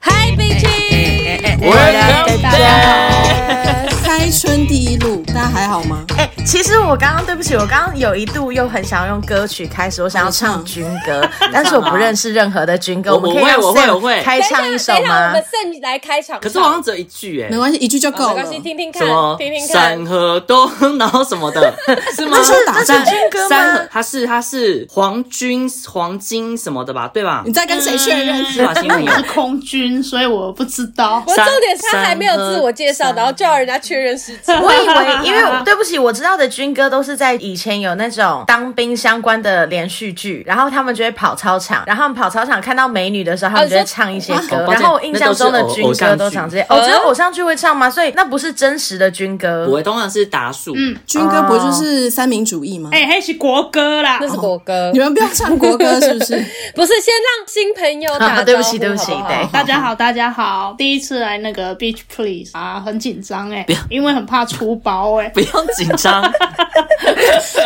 哎大家好，开春第一路，大家还好吗？哎、其实我刚刚对不起，我刚刚有一度又很想要用歌曲开始，我想要唱军歌，但是我不认识任何的军歌，我们可以让我会我会 Sam 我会开等一下唱一首等一下我吗们？剩来开场，可是我好像只有一句哎、没关系，一句就好够没了关。系，听听看什么，听听看山。河东， 然后什么的，是吗？这是打仗山军歌吗山河，他是他是黄军黄金什么的吧，对吧你？在跟谁确认？是吧？新闻有我是 空军，所以我不知道。我山重点是他还没有自我介绍，山然后叫人家确认事情。我以为，因为我对不起，我知道的军歌都是在以前有那种当兵相关的连续剧，然后他们就会跑操场，然后他们跑操场看到美女的时候，他们就会唱一些歌哦。抱歉然后我印象中的军歌都长这些，那哦，都只是偶有偶像剧会唱吗？所以那不是真实的军不歌。会，通常是达数。嗯，军歌不就是三民主义吗？ 哎、那是国歌啦 那。是国歌你，们不要唱国歌是不是？不是先让新朋友打招啊，呼。 对不起，对不起好，好对。大家好，大家好，第一次来那个 Beach Please 啊，很紧张哎，因为很怕出包哎、不用紧张，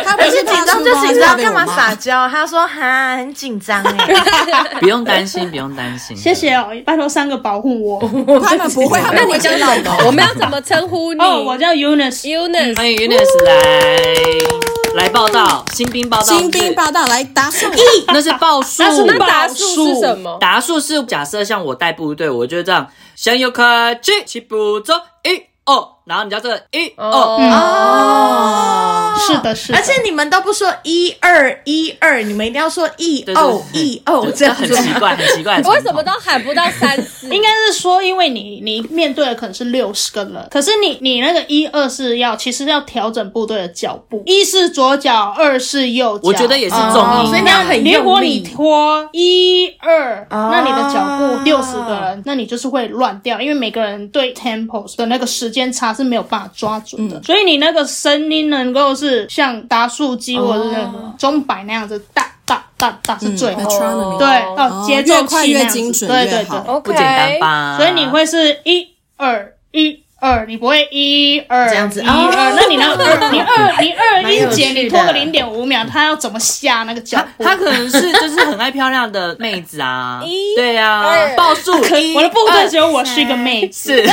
他不是紧怕张出就包哎紧他张，怕被干我嘛骂撒娇？啊他说哈，很紧张哎。不用担心， 不用担心。谢谢哦，拜托三个保护 我。他们不会，他那们你会叫先什老么？我们要怎么称呼你？哦，我叫嗯 Eunice， Unis，欢迎 Unis 来来报道，新兵报道，新兵报报道来打手。那是报数，那达数宝是树什么？达数是假设像我带部队，我就这样向右开进，起步走一哦，然后你叫这个一哦，嗯哦，是的，是的。而且你们都不说一二一二，你们一定要说 e 对对 o 对 e o 这这样很子。 奇怪，很奇怪。很奇我怪为什么都喊不到三 次？应该是说，因为你你面对的可能是六十个人，可是你你那个一二是要其实要调整部队的脚步，一是左脚，二是右脚。我觉得也是重哦音，所以你要很如用果你力。拖一二，哦那你的脚步六十个人，那你就是会乱掉，因为每个人对 tempo 的那个时间差是没有办法抓准嗯的，所以你那个声音能够是像打树机哦或者是那个钟摆那样子，哒哒哒哒嗯是嗯最好的， Metronomy 对，哦到节奏越快器那越样子精准对越对对好。 OK，不简单啊吧？所以你会是一二一二，你不会一二这样子一哦二，那你那二你二你二 蛮有音节趣的你拖个零点五秒，他要怎么下那个脚他步？他可能是就是很爱漂亮的妹子啊，一对啊二，报数可以，一 我的部队只有我是一个妹子。是，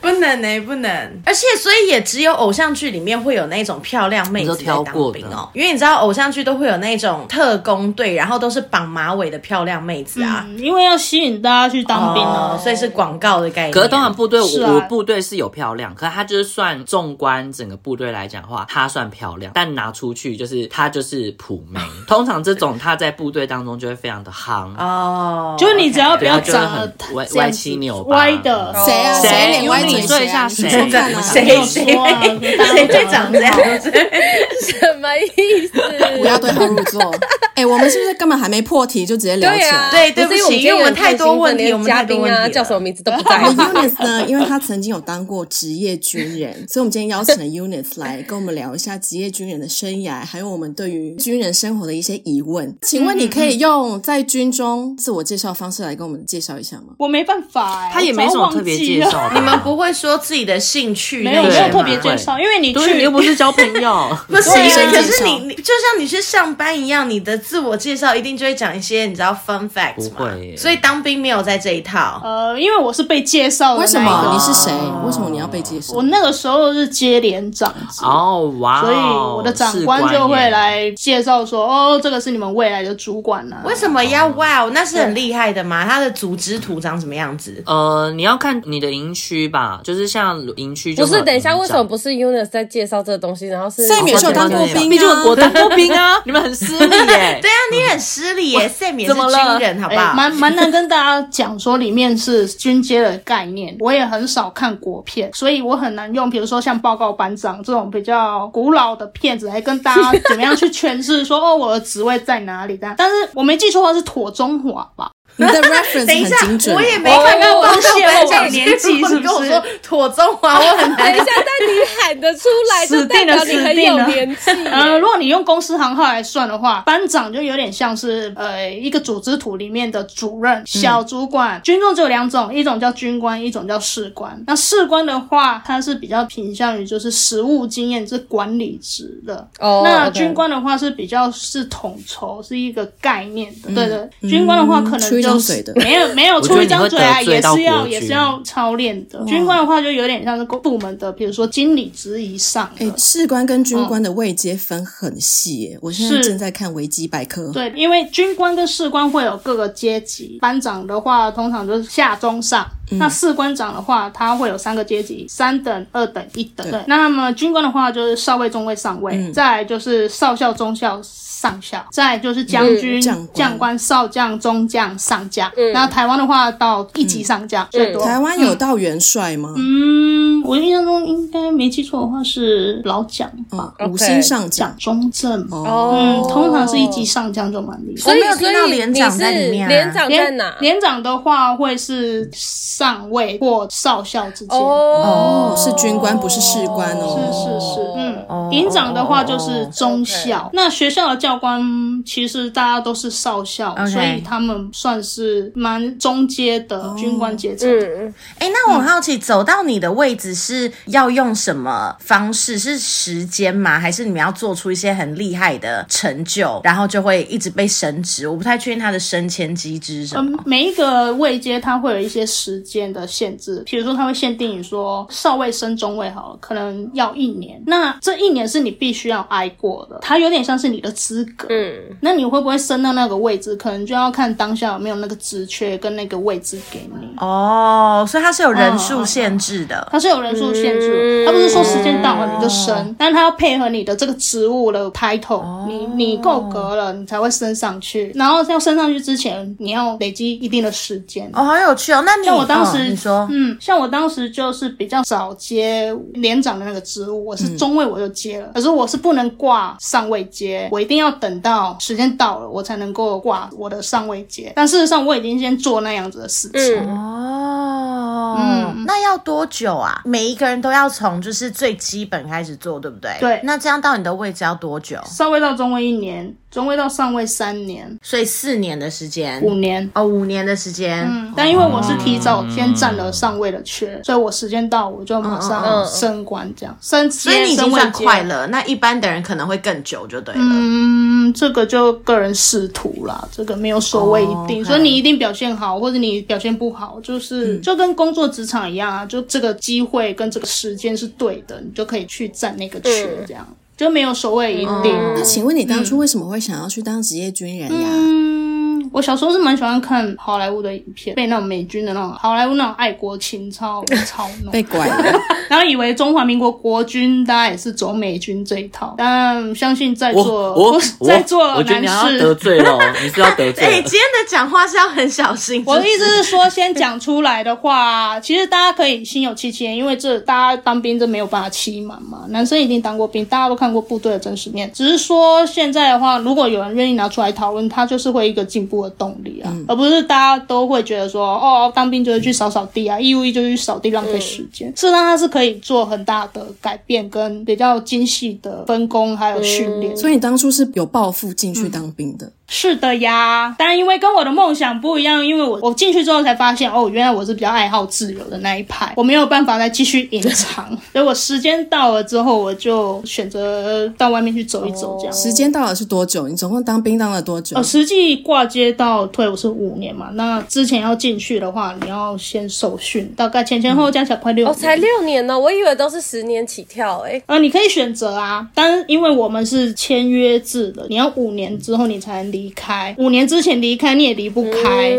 不能欸呢、不能。而且，所以也只有偶像剧里面会有那种漂亮妹子你都挑在过当的兵哦，因为你知道偶像剧都会有那种特工队，然后都是绑马尾的漂亮妹子啊，嗯，因为要吸引大家去当兵哦啊，，所以是广告的概念。可是通常部队，我是啊我部队是有漂亮，可是他就是算纵观整个部队来讲的话，他算漂亮，但拿出去就是他就是普妹。通常这种他在部队当中就会非常的夯，啊哦，就是你只要不要对啊长得就是很歪这样子歪七扭八歪的，谁啊？谁脸歪因为嘴你说一下谁啊？谁你说看啊谁没有谁说啊 谁队长这样子， 什么意思？不要对号入座。哎，我们是不是根本还没破题就直接聊对啊起呀，来？对对不起不是因为我们太多问题连我们嘉太多宾问题啊了叫什么名字都不在我。们 Unis 哦呢，因为他曾经有当过职业军人，所以我们今天邀请了 Unis 来跟我们聊一下职业军人的生涯，还有我们对于军人生活的一些疑问。请问你可以用在军中自我介绍方式来跟我们介绍一下吗？我没办法哎，他也没什么特别介我早忘绍记了。的。你们不会说自己的兴趣啊没有那没些有吗特别介绍，因为你对，去你又不是交朋 友，不是都因是为，先啊可介是绍你你就像你去上班一样，你的自我介绍一定就会讲一些你知道 fun facts 不会嘛耶，所以当兵没有在这一套。呃，因为我是被介绍的那为一什个，哦么你是谁？为什么你要被介绍我？那个时候是接连长职。哦哇哦，所以我的长官就会来介绍说，哦，这个是你们未来的主管啊。为什么要 wow？那是很厉害的嘛？他的组织图长什么样子？呃，你要看你的营区吧，就是像营区就不会有是，等一下，营为什长么不是 UNIS 在介绍这个东西，然后是哦赛免我秀当过 兵啊毕竟我当过兵啊，你们很失礼耶。对啊，你很失礼耶，Sam 也是怎么了军人，好不哎好？蛮蛮难跟大家讲说里面是军阶的概念，我也很少看国片，所以我很难用，比如说像《报告班长》这种比较古老的片子来跟大家怎么样去诠释说，哦，我的职位在哪里的。但是我没记错的话是妥中华吧？你 的等一 reference 下很精，准哦我。也没看我过《我报告我哦 泄露班我长的》，年纪是不是你跟我说妥中华，我很等 难一下，大你喊得出来，就死代定了表你很有年纪。 呃，如果你用公司行号来算的话，班长就有点像是呃一个组织图里面的主任、小主管。军中只有两种，一种叫军官，一种叫士官。那士官的话，他是比较偏向于就是实务经验，是管理职的。哦那 OK 军官的话是比较是统筹，是一个概念的。对对，军官的话可能嗯出一张就嘴是的 没有没有我觉得出一你会张嘴啊，得罪也到是要国也是军要操练的。军官的话就有点像是部门的，比如说经理职以上的。哎，士官跟军嗯官的位阶分很细耶，我现在是正在看维基百科。对，因为军官跟士官会有各个阶级，班长的话通常就是下中上，嗯那士官长的话，他会有三个阶级，三等、二等、一等。对嗯对，那么军官的话就是少尉、中尉、上尉，再来就是少校、中校、上校，再来就是将军、嗯将官嗯将官、少将、中将、上将。然后台湾的话到一级上将最多。台湾嗯有到元帅吗？嗯，我印象中应该没记错的话是老蒋吧，哦， OK 五星上蒋将。中正。哦嗯，通常是一级上将就蛮厉害。所以我没有听所到以连长在里面啊你是连长在连哪？连长的话会是上尉或少校之间。哦，是军官，不是士官是哦。是是，嗯哦，营长的话就是中哦校。那学校的教官其实大家都是少校， OK 所以他们算是蛮中阶的军官阶层。嗯，哎，那我很好奇，走到你的位置是要用什么方式？是时间吗？还是你们要做出一些很厉害的成就，然后就会一直被升职？我不太确定他的升迁机制是什么。嗯，每一个位阶它会有一些时间的限制，比如说它会限定你说少尉升中尉好了，可能要一年。那这一年是你必须要挨过的，它有点像是你的资格。嗯，那你会不会升到那个位置，可能就要看当下有没有那个职缺跟那个位置给你。哦，所以它是有人数限制的。它是有人数限制，它不是说时间到了你就升，但是它要配合你的这个职务的 title，你你够格了，你才会升上去。然后要升上去之前，你要累积一定的时间。哦，好有趣哦！那你像我当时，嗯你说，嗯，像我当时就是比较早接连长的那个职务，我是嗯中尉我就接了，可是我是不能挂上尉接，我一定要等到时间到了，我才能够挂我的上尉接。但事实上，我已经先做那样子的事情。嗯哦，嗯那要多久啊？每一个人都要从就是最基本开始做，对不对？对那这样到你的位置要多久？上尉到中尉一年，中尉到上尉三年、所以四年的时间，五年，哦，五年的时间。嗯，但因为我是提早先占了上位的缺，所以我时间到我就马上升官，这样升阶所以你已经升位算阶快。了，那一般的人可能会更久，就对了。嗯，这个就个人仕途啦，这个没有所谓一定，哦，OK 所以你一定表现好，或者你表现不好，就是、嗯就跟工作职场一样啊，就这个机会跟这个时间是对的，你就可以去占那个缺，这样、就没有所谓一定。那请问你当嗯初为什么会想要去当职业军人呀？嗯，我小时候是蛮喜欢看好莱坞的影片，被那种美军的那种好莱坞那种爱国情操操 弄，被拐了，然后以为中华民国国军大家也是走美军这一套，但相信在我我座不我是在座我觉得男你要得士，罪了，哦你是要得 哎、罪了今。天的讲话是要很小心。我的是不意是思是说，先讲出来的话，其实大家可以心有戚戚，因为这大家当兵这没有办法欺瞒嘛，男生一定当过兵，大家都看过部队的真实面，只是说现在的话，如果有人愿意拿出来讨论，它就是会一个进步的动力啊，嗯而不是大家都会觉得说，哦，当兵就是去扫扫地啊，义务役就是去扫地浪费时间，嗯事实上它是可以做很大的改变跟比较精细的分工还有训练，嗯所以你当初是有抱负进去当兵的。是的呀，但因为跟我的梦想不一样，因为我我进去之后才发现，哦，原来我是比较爱好自由的那一派，我没有办法再继续隐藏，所以我时间到了之后，我就选择到外面去走一走，这样。哦时间到了是多久？你总共当兵当了多久呃，？实际挂接到退伍是五年嘛，那之前要进去的话，你要先受训，大概前前后后加起来快六哦，年。才六年呢，我以为都是十年起跳欸诶。呃，你可以选择啊，但是因为我们是签约制的，你要五年之后你才能离开，五年之前离开你也离不开，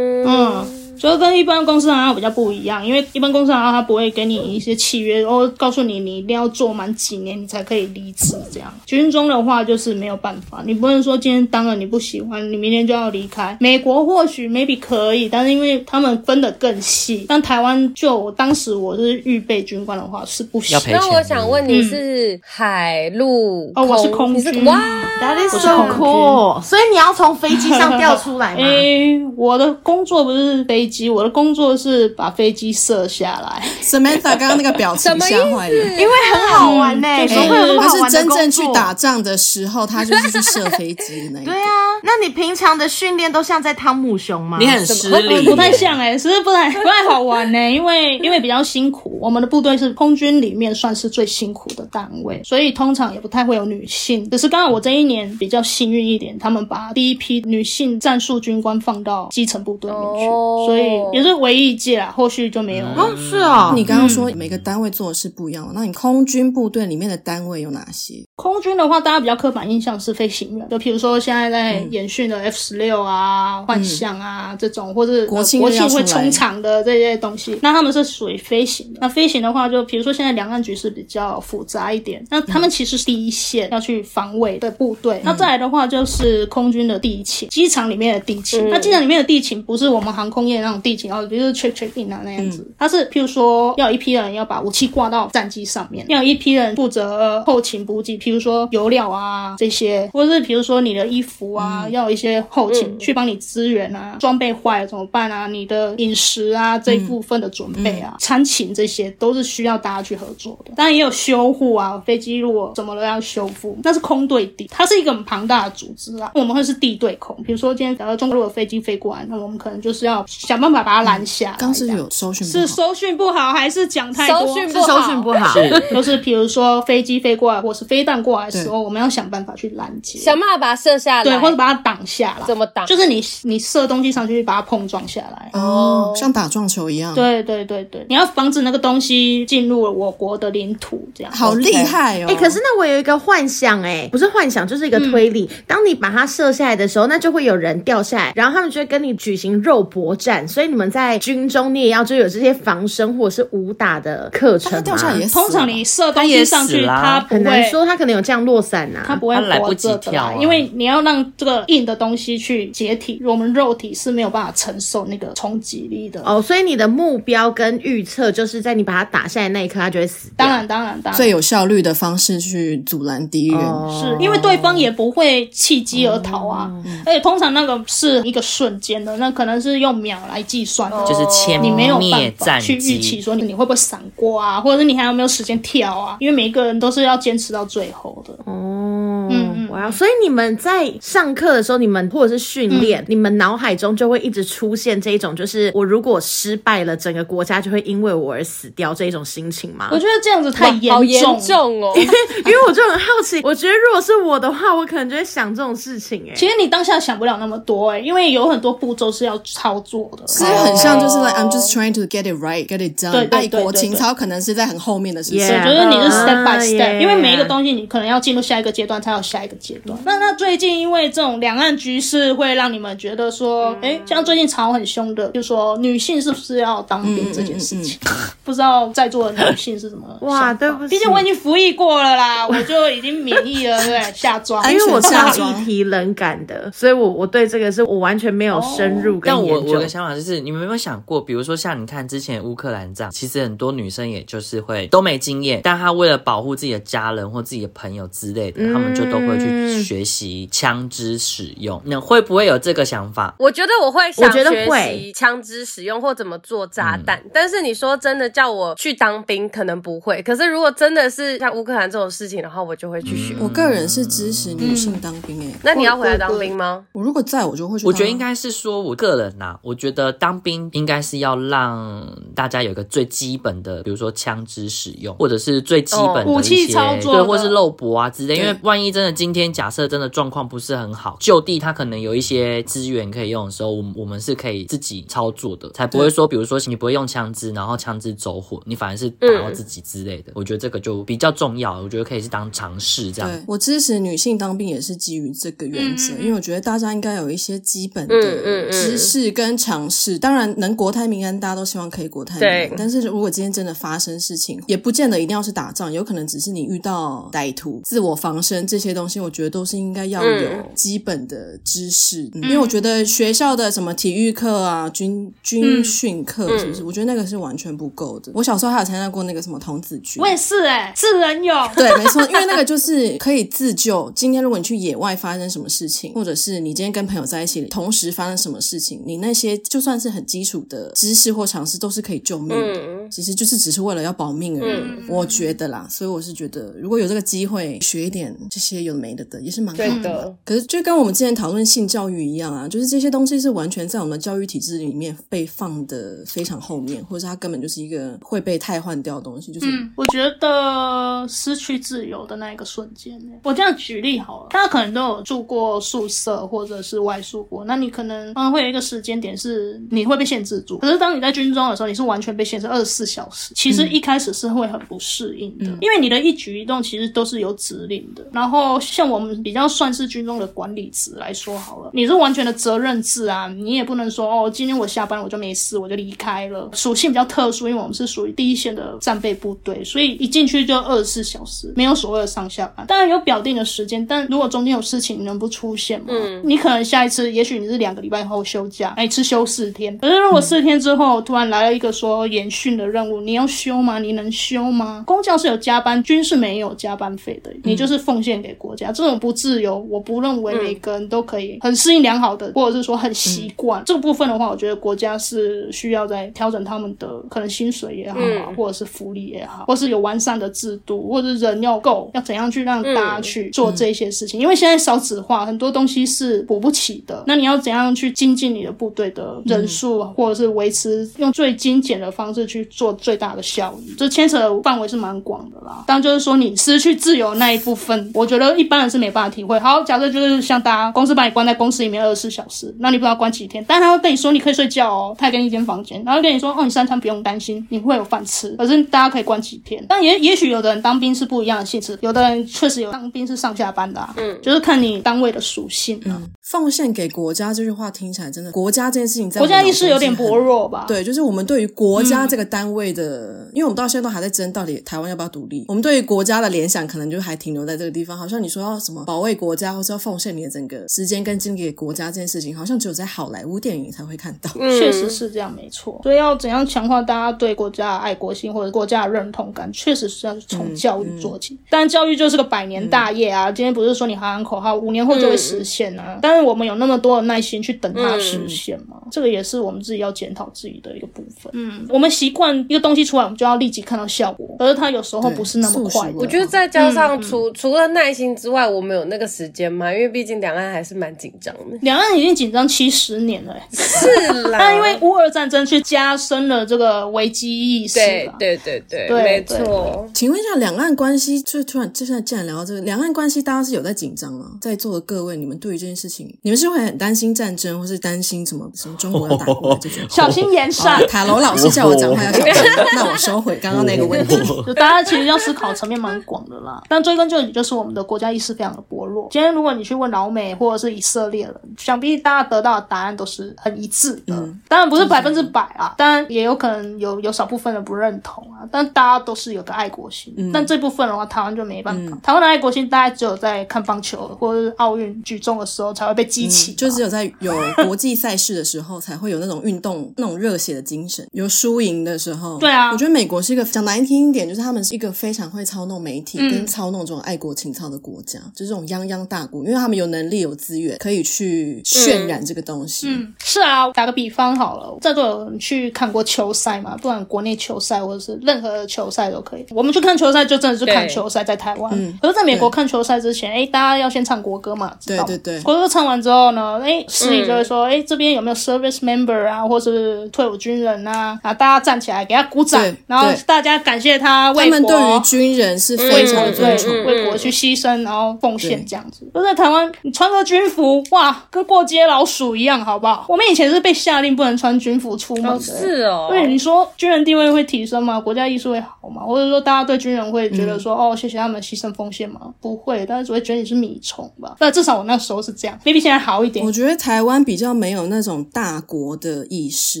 嗯。所以跟一般公司行号比较不一样，因为一般公司行号它不会给你一些契约，哦，告诉你你一定要做满几年你才可以离职这样。军中的话就是没有办法，你不能说今天当了你不喜欢，你明天就要离开。美国或许 maybe 可以，但是因为他们分得更细，但台湾就我当时我是预备军官的话是不行要的。赔钱那我想问你是海陆嗯哦，我是空你是军。哇， That is 我是 so 空军 哎 cool。所以你要从飞机上掉出来吗？诶、我的工作不是飞机，我的工作是把飞机射下来。 Samantha 刚刚那个表情什么意吓坏了。因为很好玩呢、欸，嗯就怎是么会有那么他好是玩的真正去工作打仗的时候，他就是去射飞机的那一 个对。啊，那你平常的训练都像在汤姆熊吗？你很失礼耶，不太像哎、其实不太不太好玩呢、 因为因为比较辛苦。我们的部队是空军里面算是最辛苦的单位，所以通常也不太会有女性。只是刚好我这一年比较幸运一点，他们把第一批女性战术军官放到基层部队里面去，哦所以也是唯一一届啦，后续就没有了。嗯哦，是哦，你刚刚说每个单位做的事不一样，那你空军部队里面的单位有哪些？空军的话，大家比较刻板印象是飞行员，就比如说现在在嗯演训的 F 十六啊、幻象啊这种，或者是国庆国又要庆会出来冲场的这些东西，那他们是属于飞行的。那飞行的话，就比如说现在两岸局势比较复杂一点，那他们其实是第一线要去防卫的部队。那再来的话，就是空军的地勤，机场里面的地勤。嗯那机场里面的地勤不是我们航空业那种地勤哦，比如说 check check in 啊那样子，它是譬如说要有一批人要把武器挂到战机上面，要有一批人负责后勤补给，譬如说油料啊这些，或者是比如说你的衣服啊，要有一些后勤嗯去帮你支援啊，装备坏了怎么办啊？你的饮食啊这一部分的准备啊，餐勤这些都是需要大家去合作的。当然也有修护啊，飞机如果怎么了要修复，那是空对地，它是一个很庞大的组织啊。我们会是地对空，比如说今天假如中国如果飞机飞过来，那我们可能就是要想办法把它拦下来。嗯刚是不是这样有搜寻不好是搜讯不好还是讲太多？搜讯是搜讯不好， 是就是比如说飞机飞过来或是飞弹过来的时候，我们要想办法去拦截，想办法把它射下来，对，或者把它挡下来。怎么挡？就是你你射东西上去，把它碰撞下来。哦，像打撞球一样，，对对对对，你要防止那个东西进入我国的领土，这样。好厉害哦！哎、可是那我有一个幻想、哎，不是幻想，就是一嗯个推理。当你把它射下来的时候，那就会有人掉下来，然后他们就会跟你举行肉搏战。所以你们在军中，你也要就有这些防身或者是武打的课但程他吗？掉下来也死了通常你射东它也西死上去，啦它不很难会。说，他可能有降落伞啊呐、它不会它来活不及着的跳啊，啦因为你要让这个硬的东西去解体，我们肉体是没有办法承受那个冲击力的。哦，所以你的目标跟预测就是在你把它打下来那一刻，它就会死掉。当然，当然，当然，最有效率的方式去阻拦敌人，是因为对方也不会弃机而逃啊，而且通常那个是一个瞬间的，那可能是用秒来计算的，就是歼哦你没有灭办法战去预期机，说你会不会闪过啊，或者是你还有没有时间跳啊，因为每一个人都是要坚持到最后的。哦，嗯嗯我要，所以你们在上课的时候，你们或者是训嗯练，你们脑海中就会一直出现这一种，就是我如果失败了，整个国家就会因为我而死掉这一种心情吗？我觉得这样子太哇好严严重，重哦！ 因为我就很好奇，我觉得如果是我的话，我可能就会想这种事情、欸，其实你当下想不了那么多哎、因为有很多步骤是要操作的。是很像就是 like I'm just trying to get it right, get it done。哦对对对爱国情对对操可能是在很后面的事情 Yeah 就是你是 step 啊 by step，、 yeah 因为每一个东西你可能要进入下一个阶段，才有下一个阶段。那那最近因为这种两岸局势，会让你们觉得说，嗯哎、像最近吵很凶的，就说女性是不是要当嗯兵这件事情，不知道在座的女性是怎么想法哇对不起毕竟我已经服役过了啦，我就已经免疫了，对不对？ 下装。哎因为我超安全下议装题冷感的，所以我我对这个是我完全没有深入跟哦但我研我究。的想法就是，你们有没有想过，比如说像你看之前乌克兰这样，其实很多女生也就是会都没经验，但她为了保护自己的家人或自己的朋友之类的，她们就都会嗯去学习枪支使用。那会不会有这个想法？ 我觉得我会嗯想我觉得学会习枪支使用或怎么做炸弹，但是你说真的叫我去当兵，可能不会。可是如果真的是像乌克兰这种事情的话，我就会去学。我个人是支持女性当兵诶、那你要回来当兵吗？我如果在我就会去当啊。我觉得应该是说，我个人呐、我觉得当兵应该是要让大家有一个最基本的，比如说枪支使用，或者是最基本的哦武一器些操作对，的或是肉搏啊之类。因为对万一真的今天假设真的状况不是很好，就地他可能有一些资源可以用的时候，我们我们是可以自己操作的，才不会说，比如说你不会用枪支，然后枪支走火，你反而是打到自己之类的。我觉得这个就比较重要，我觉得可以是当尝试这样。对我支持女性当兵也是基于这个原则，嗯因为我觉得大家应该有一些基本嗯嗯的嗯知识跟常识。当然，能国泰民安，大家都希望可以国泰民安对。但是如果今天真的发生事情，也不见得一定要是打仗，有可能只是你遇到歹徒、自我防身这些东西，我觉得都是应该要嗯有基本的知识，嗯因为我觉得学校的什么体育课啊、嗯军军训课，是不嗯是？我觉得那个是完全不够的。我小时候还有参加过那个什么童子军我。也是哎、智人有， 对，没错，因为那个就是可以自救。今天如果你去野外发生什么事情，或者是你今天跟朋友在一起，同时发生什么事情，你那些就算是很基础的知识或常识，都是可以救命的。嗯，其实就是只是为了要保命而已，我觉得啦，所以我是觉得，如果有这个机会学一点这些有的没的的，也是蛮好对的。的，可是就跟我们之前讨论性教育一样啊，就是这些东西是完全在我们的教育体制里面被放的非常后面，或者是它根本就是一个会被汰换掉的东西，就是。嗯，我觉得失去自由的那一个瞬间呢，我这样举例好了，大家可能都有住过宿舍或者是外宿过，那你可能嗯会有一个时间点是你会被限制住，可是当你在军中的时候，你是完全被限制二十四小时，其实一开始是会很不适应的，因为你的一举一动其实都是有指令的。然后像我们比较算是军中的管理职来说好了，你是完全的责任制啊，你也不能说哦，今天我下班我就没事，我就离开了。属性比较特殊，因为我们是属于第一线的战备部队，所以一进去就二十四小时，没有所谓的上下班。当然有表定的时间，但如果中间有事情，你能不出现嗯吗？啊你可能下一次，也许你是两个礼拜后休假，哎，只休四天。可是如果四天之后、突然来了一个说延训的任务，你要休吗？你能休吗？公教是有加班，军是没有加班费的，你就是奉献给国家。这种不自由，我不认为每个人都可以很适应良好的，或者是说很习惯、这个部分的话，我觉得国家是需要在调整他们的可能薪水也好啊，嗯或者是福利也好，或是有完善的制度，或者是人要够，要怎样去让大家嗯去做这些事情，因为现在少子化，很多东西是补不起的。那你要怎样去精进你的部队的人数，或者是维持用最精简的方式去做最大的效益？这牵扯的范围是蛮广的啦。当然就是说你失去自由那一部分，我觉得一般人是没办法体会。好，假设就是像大家公司把你关在公司里面二十四小时，那你不知道关几天，但他会跟你说你可以睡觉哦，他也给你一间房间，然后跟你说哦你三餐不用担心，你会有饭吃。可是大家可以关几天，但也也许有的人当兵是不一样的性质，有的人确实有当兵是上下班的、啊，嗯，就是看你单位的属性啊。奉献给国家这句话听起来真的，国家这件事情在我国们家意识有点脑中是薄很弱吧？， 对，就是我们对于国家这个单位的，嗯因为我们到现在都还在争到底台湾要不要独立，我们对于国家的联想可能就还停留在这个地方，好像你说要什么保卫国家，或是要奉献你的整个时间跟精力给国家这件事情，好像只有在好莱坞电影才会看到。确实是这样，没错。所以要怎样强化大家对国家的爱国心或者国家的认同感，确实是要从教育做起。当然，教育就是个百年大业啊！今天不是说你喊喊口号，五年后就会实现啊。但是我们有那么多的耐心去等它实现吗？这个也是我们自己要检讨自己的一个部分。嗯，我们习惯一个东西出来，我们就要立即看到效果，可是它有时候对不是那么速食快的。文我觉得再加上除、除了耐心之外，我们有那个时间吗？因为毕竟两岸还是蛮紧张的。两岸已经紧张七十年了、欸，是啊啦，啊但因为乌俄战争去加深了这个危机意识对啊。对对对，对没错。请问一下，两岸关系，就突然就现在既然聊到这个，两岸关系大家是有在紧张吗？在座的各位，你们对于这件事情，你们是会很担心战争，或是担心什么什么中国要打过来这种？小心言善， 塔罗老师叫我讲话要小心， 那我收回刚刚那个问 题。就大家其实要思考层面蛮广的啦。但追根究底，就是我们的国家意识非常的薄弱。今天如果你去问老美或者是以色列人，想必大家得到的答案都是很一致的。当然不是百分之百啊，当然也有可能有有少部分人不认同啊。但大家都是有个爱国心。但这部分的话，台湾就没办法。台湾的爱国心大概只有在看棒球或者是奥运举重的时候才会被激起吧、嗯就只有在有国际赛事的时候，才会有那种运动那种热血的精神。有输赢的时候，对啊我觉得美国是一个讲难听一点，就是他们是一个非常会操弄媒体、嗯跟操弄这种爱国情操的国家，就是这种泱泱大国，因为他们有能力、有资源可以去渲染这个东西。嗯，是啊，打个比方好了，在座有人去看过球赛嘛？不管国内球赛或者是任何的球赛都可以。我们去看球赛就真的是看对球赛，在台湾。可是在美国看球赛之前，哎、大家要先唱国歌嘛，知道吗嗯对对对国歌唱完之后呢，哎，司仪就会说，哎、这边有没有 service member 啊，或是退伍军人啊？啊，大家站起来给他鼓掌对，然后对大家感谢他为他国。们对于军人是非常嗯对的尊崇。对，嗯为国去牺牲，然后奉对献这样子。就在台湾，你穿个军服，哇，跟过街老鼠一样，好不好？我们以前是被下令不能穿军服出门的。哦，是哦，对，你说军人地位会提升吗？国家意识会好吗？或者说大家对军人会觉嗯得说、哦，谢谢他们牺牲奉献吗？不会，但是只会觉得你是米虫吧。但至少我那时候是这样，maybe 现在好一点我。觉得台湾比较没有那种大国的意识，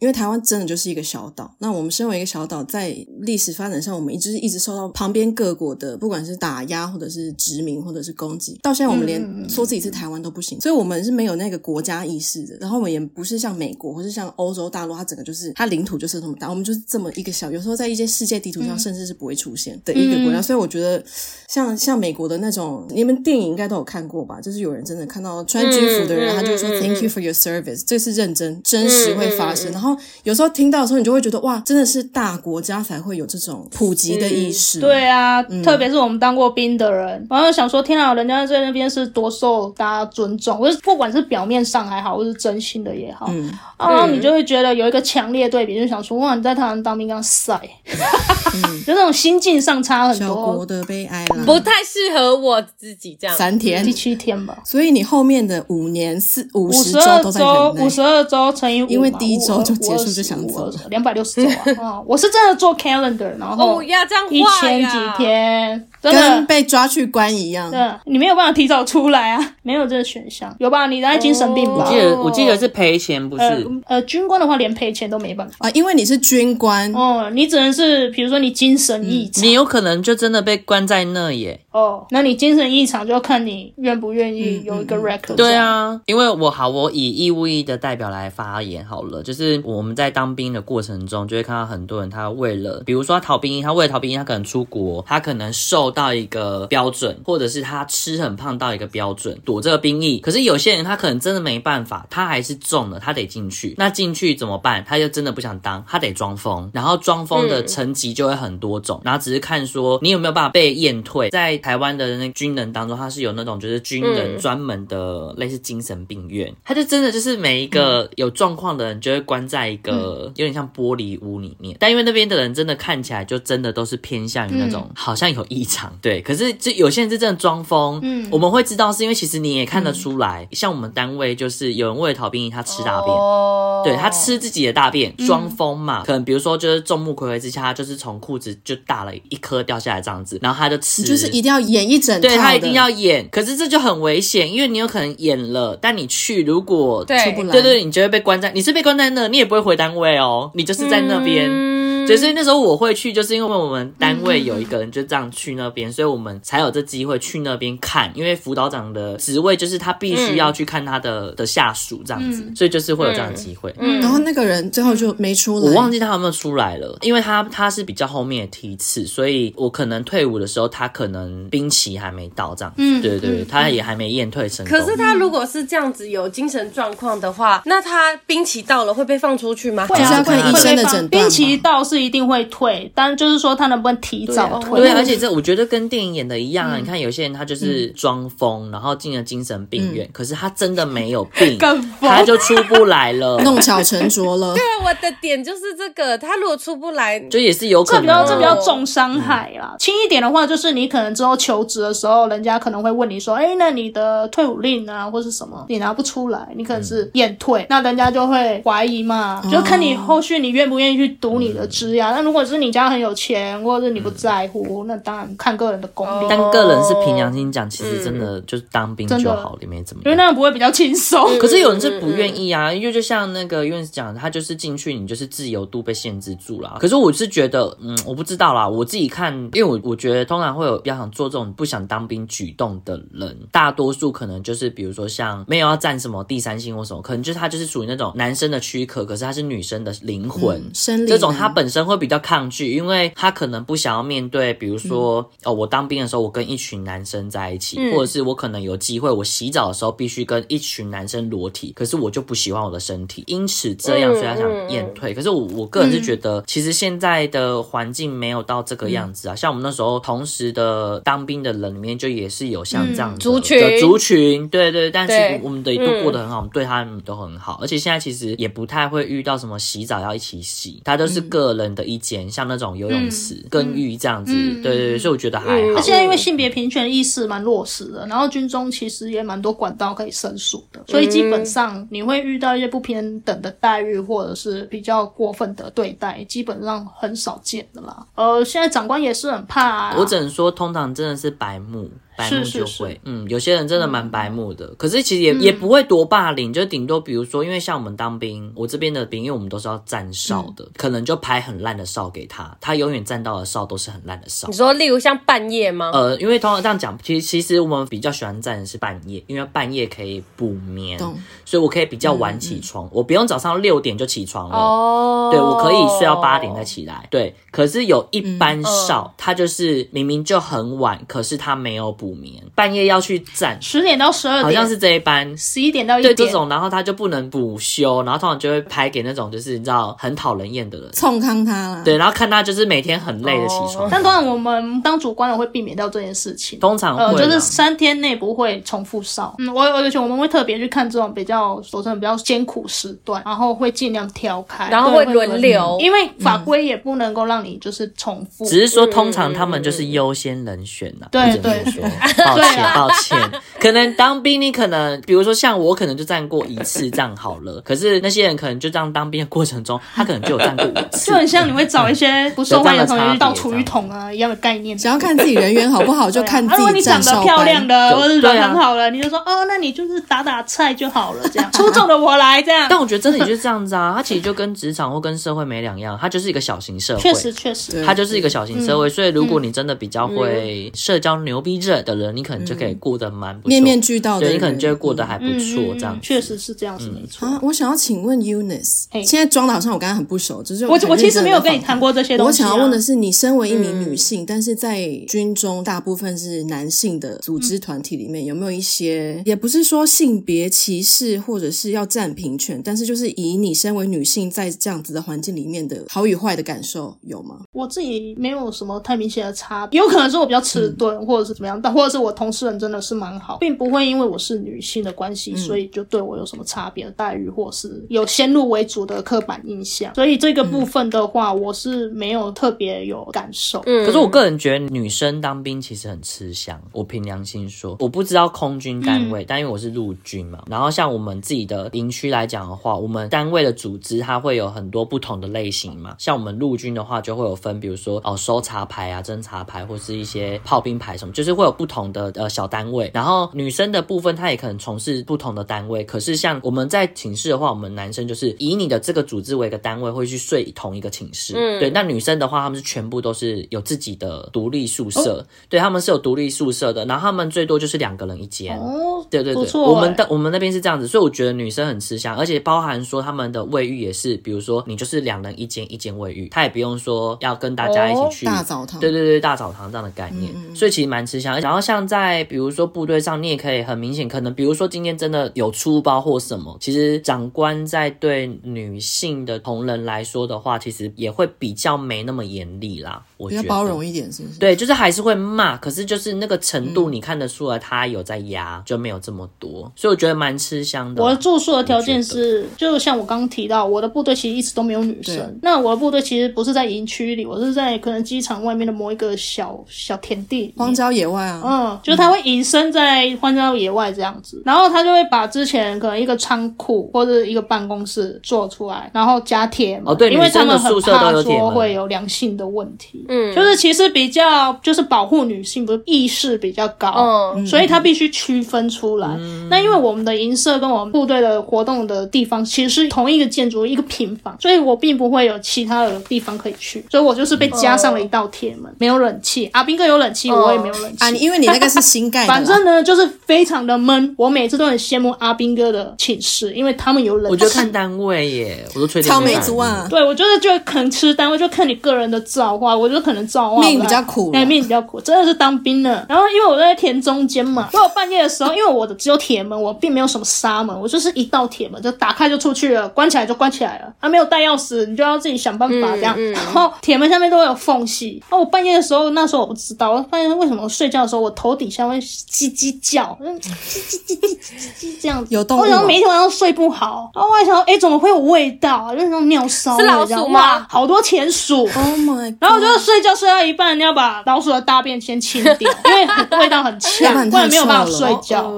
因为台湾真的就是一个小岛。那我们们身为一个小岛，在历史发展上，我们一直一直受到旁边各国的不管是打压，或者是殖民，或者是攻击。到现在，我们嗯嗯连嗯说自己是台湾都不行，所以我们是没有那个国家意识的。然后我们也不是像美国或是像欧洲大陆，它整个就是它领土就是这么大，我们就是这么一个小，有时候在一些世界地图上嗯甚至是不会出现的一个国家。嗯所以我觉得像像美国的那种，你们电影应该都有看过吧？就是有人真的看到穿军服的人，嗯嗯他就说嗯嗯 Thank you for your service，这是认真真实会发嗯生嗯嗯。然后有时候听到的时候，你就会觉得哇，真的是大国家才会有这种普及的意识。对啊，嗯特别是我们当过兵的人，然后想说，天啊，人家在那边是多受大家尊重，或是不管是表面上还好，或是真心的也好，嗯，然后嗯哦你就会觉得有一个强烈对比，就想说，哇，你在台湾当兵刚晒， 就那种心境上差很嗯小国多，的悲哀啦，不太适合我自己这样。三天第。七天吧。所以你后面的五年四五五十十周二都在周，忍耐五十二周乘以五嘛，因为第一周就结束就想走了两百六十周啊！ 哦，我是真的做 calendar，然后哦，要这样一画千呀几天，真的跟被抓去关一样。对，你没有办法提早出来啊， 没有这个选项。有吧？你在精神病吧？哦我记得我记得是赔钱，不呃是？呃，军官的话连赔钱都没办法。啊，因为你是军官，哦，你只能是比如说你精神异嗯常、你有可能就真的被关在那耶。哦，那你精神异常就要看你愿不愿嗯意有一个 record、对，啊，因为我好，我以义务役的代表来发言好了。就是我们在当兵的过程中，就会看到很多人，他为了，比如说他逃兵役，他为了逃兵役，他可能出国，他可能瘦到一个标准，或者是他吃很胖到一个标准，躲这个兵役。可是有些人他可能真的没办法，他还是中了，他得进去。那进去怎么办？他就真的不想当，他得装疯，然后装疯的嗯层级就会很多种，然后只是看说你有没有办法被验退。在台湾的那个军人当中，他是有那种就是军人嗯专门的类似精神病院，他就真的就是每一个嗯有状况的人就会关在一个有点像玻璃屋里面，但因为那边的人真的看起来就真的都是偏向于那种嗯好像有异常，对。可是这有些人是真的装疯，嗯我们会知道是因为其实你也看得出来，嗯像我们单位就是有人为了逃兵役他吃大便，哦对他吃自己的大便，嗯装疯嘛，可能比如说就是众目睽睽之下，他就是从裤子就大了一颗掉下来这样子，然后他就吃，你就是一定要演一整套对的，他一定要演，可是这就很危险，因为你有可能演了，但你去如果对出不来。对对，你就会被关在，你是被关在那，你也不会回单位哦，你就是在那边。嗯对，所以那时候我会去，就是因为我们单位有一个人就这样去那边，所以我们才有这机会去那边看。因为辅导长的职位就是他必须要去看他的、的下属这样子，所以就是会有这样的机会。然后那个人最后就没出来，我忘记他有没有出来了，因为他他是比较后面的梯次，所以我可能退伍的时候，他可能兵期还没到这样子。嗯对对对，嗯他也还没验退成功。可是他如果是这样子有精神状况的话，那他兵期到了会被放出去吗？会就是啊要看医生的诊断嘛病期到是一定会退，但就是说他能不能提早退。对，啊而且这我觉得跟电影演的一样啊。嗯你看有些人他就是装疯，然后进了精神病院，可是他真的没有病，嗯 更疯他就出不来 了，弄巧成拙了。对，我的点就是这个，他如果出不来，就也是有可这能。哦比较这比较重伤害嗯啦，轻一点的话，就是你可能之后求职的时候，人家可能会问你说，哎，那你的退伍令啊，或是什么，你拿不出来，你可能是验嗯退，那人家就会怀疑嘛，哦就看你后续你愿不愿意去读你的职嗯涯。那如果是你家很有钱，或者是你不在乎，那当然看个人的功力，但个人是凭良心讲，其实真的就是当兵嗯真就的好了，也没怎么因样。为那样不会比较轻松。可是有人是不愿意啊，因为就像那个院士讲，的，他就是进去你就是自由度被限制住了。可是我是觉得，嗯，我不知道啦，我自己看，因为我我觉得通常会有比较想做这种不想当兵举动的人，大多数可能就是比如说像没有要占什么第三性或什么，可能就是他就是属于那种男生的躯壳，可是他是女生的灵魂，嗯生理这种他男本身会比较抗拒，因为他可能不想要面对，比如说、哦，我当兵的时候我跟一群男生在一起，嗯或者是我可能有机会我洗澡的时候必须跟一群男生裸体，可是我就不喜欢我的身体，因此这样嗯所以他想嗯验退。可是我我个人是觉得，其实现在的环境没有到这个样嗯子啊，像我们那时候同时的当兵的人里面就也是有像这样子嗯的族群族群，对对，但是对我们的都过得嗯很好，我们对他们都很好，而且现在其实也不太会遇到什么洗澡要一起洗，它都是个人的意见，像那种游泳池、跟浴这样子，嗯对对对，所以我觉得还好。嗯那现在因为性别平权意识蛮落实的，然后军中其实也蛮多管道可以申诉的，所以基嗯本上你会遇到一些不平等的待遇或者是比较过分的对待，基本上很少见的啦。呃，现在长官也是很怕、啊，我只能说，通常真的是白目，白目是就会，是嗯嗯，有些人真的蛮白目的，可是其实也、也不会多霸凌，就顶多比如说，因为像我们当兵，我这边的兵，因为我们都是要站哨的，可能就排很烂的哨给他，他永远站到的哨都是很烂的哨你。说，例如像半夜吗？呃，因为通常这样讲，其实其实我们比较喜欢站的是半夜，因为半夜可以补眠，懂所以我可以比较嗯晚起床，我不用早上六点就起床了。哦，对，我可以睡到八点再。起来。对，可是有一嗯班少，他就是明明就很晚，可是他没有补眠，半夜要去站，十点到十二点，好像是这一班。十一点到一对点，这种，然后他就不能补休，然后通常就会拍给那种就是你知道很讨人厌的人，冲康他啦。对，然后看他就是每天很累的起床哦，但当然我们当主观的会避免掉这件事情。通常呃，会就是啦三天内不会重复烧。嗯，我而且我们会特别去看这种比较手称比较艰苦时段，然后会尽量挑开，然后对会轮流因为法规也不能够让你就是重复。嗯只是说，通常他们就是优先人选呐、嗯嗯嗯不嗯得对不对 说，抱对歉啊抱歉，可能当兵你可能，比如说像我，可能就站过一次站好了，可是那些人可能就这样当兵的过程中，他可能就有站过五次 就。很像你会找一些不受欢迎的同学去倒厨有这样的差别余桶啊一样的概念。只要看自己人缘好不好，就对啊看自啊如果你己长站得哨漂亮班。的，或者对人啊很好了，你就说哦，那你就是打打菜就好了，这样 出众的我来这样。但我觉得真的也就是这样子啊，它其实就跟职场或跟社会没两样，它就是一个小型社会。确实确实，嗯对它就是一个小型社会，所以如果你真的比较会社交牛逼症的人，你可能就可以过得蛮不错，面面俱到的对人，你可能就会过得还不嗯错嗯嗯这样子。确实是这样子，没错。啊，我想要请问 Eunice，嘿现在装的好像我刚刚很不熟，就是我很我其认实真地没有跟你访谈过这些我东西、啊。想要问的是，你身为一名女性，但是在军中大部分是男性的组织团体里面，有没有一些也不是说性别歧视或者是要占平权，但是就是以你身为女性在这样子的环境里面的好与坏的感受有吗？我自己没有什么太明显的差别，有可能是我比较迟钝，或者是怎么样，但或者是我同事人真的是蛮好，并不会因为我是女性的关系，所以就对我有什么差别的待遇，或是有先入为主的刻板印象。所以这个部分的话，我是没有特别有感受。嗯可是我个人觉得女生当兵其实很吃香。我凭良心说，我不知道空军单嗯位，但因为我是陆军嘛，然后像我们自己的营区来讲的话，我们单位的组织它会有很多不同的类型嘛。像我们陆军的话，就会有分，比如说哦搜查排啊、侦察排，或是一些炮兵排什么，就是会有不同的呃小单位。然后女生的部分，她也可能从事不同的单位。可是像我们在寝室的话，我们男生就是以你的这个组织为一个单位，会去睡同一个寝室。嗯对，那女生的话，她们是全部都是有自己的独立宿舍，哦对，她们是有独立宿舍的，然后她们最多就是两个人一间。哦，对对不对，错、我们欸的我们那边是这样子，所以我觉得女生很吃香，而且包含说他们的卫浴也是，比如说你就是两人一间一间卫浴，她也不用说要跟大家一起哦去、大澡堂对对对，大澡堂这样的概嗯念，所以其实蛮吃香。然后像在比如说部队上，你也可以很明显，可能比如说今天真的有出包或什么，其实长官在对女性的同仁来说的话，其实也会比较没那么严厉啦，我比觉较得包容一点，是不是？，对，就是还是会骂，可是就是那个程嗯度，你看得出来他有在压，就没有这么多，所以我觉得蛮吃香的。我的住宿的条件我觉是，就像我刚刚提到，我的部队其实一直都没有女对生。那我的部队其实不是在营区里，我是在可能机场外面的某一个小小田地里面荒郊野外啊，嗯，就是他会隐身在荒郊野外这样子，然后他就会把之前可能一个仓库或者一个办公室做出来，然后加铁门。哦对因为他们很女生的宿舍怕都有铁说门会有良性的问题。嗯就是其实比较就是保护女性，不是意识比较高。嗯所以它必须区分出来。嗯那因为我们的营舍跟我们部队的活动的地方其实是同一个建筑一个平房，所以我并不会有其他的地方可以去，所以我就是被加上了一道铁门，没有冷气。阿兵哥有冷气，哦我也没有冷气。啊，你因为你那个 是新盖的啦，啊反正呢，就是非常的闷。我每次都很羡慕阿兵哥的寝室，因为他们有冷气。我觉得看单位耶，我都吹草莓族啊，对，我觉得就肯吃单位，就看你个人的造化。我觉得可能造化命不太比较苦好哎，命比较苦，真的是当 兵了。然后因为我在田中间嘛，所以我半夜的时候，因为我的只有铁门，我并没有什么纱门，我就是一道铁门就打开就出去了，关起来就关起来了。啊，没有带钥匙，你就要自己想办法这样。嗯然后铁门下面都会有缝隙。哦，我半夜的时候，那时候我不知道，我发现为什么我睡觉的时候我头底下会叽叽叫，嗯，叽叽叽叽叽叽这样子。有动物我想说啊每一天晚上都睡不好，然后我还想说，哎，怎么会有味道啊？就是那种尿骚。是老鼠吗哇哦好多田鼠。 ，Oh my，然后我就睡觉睡到一半，你要把老鼠的大便先清掉，因为很味道很要不呛，然不然没有办法太臭了睡觉。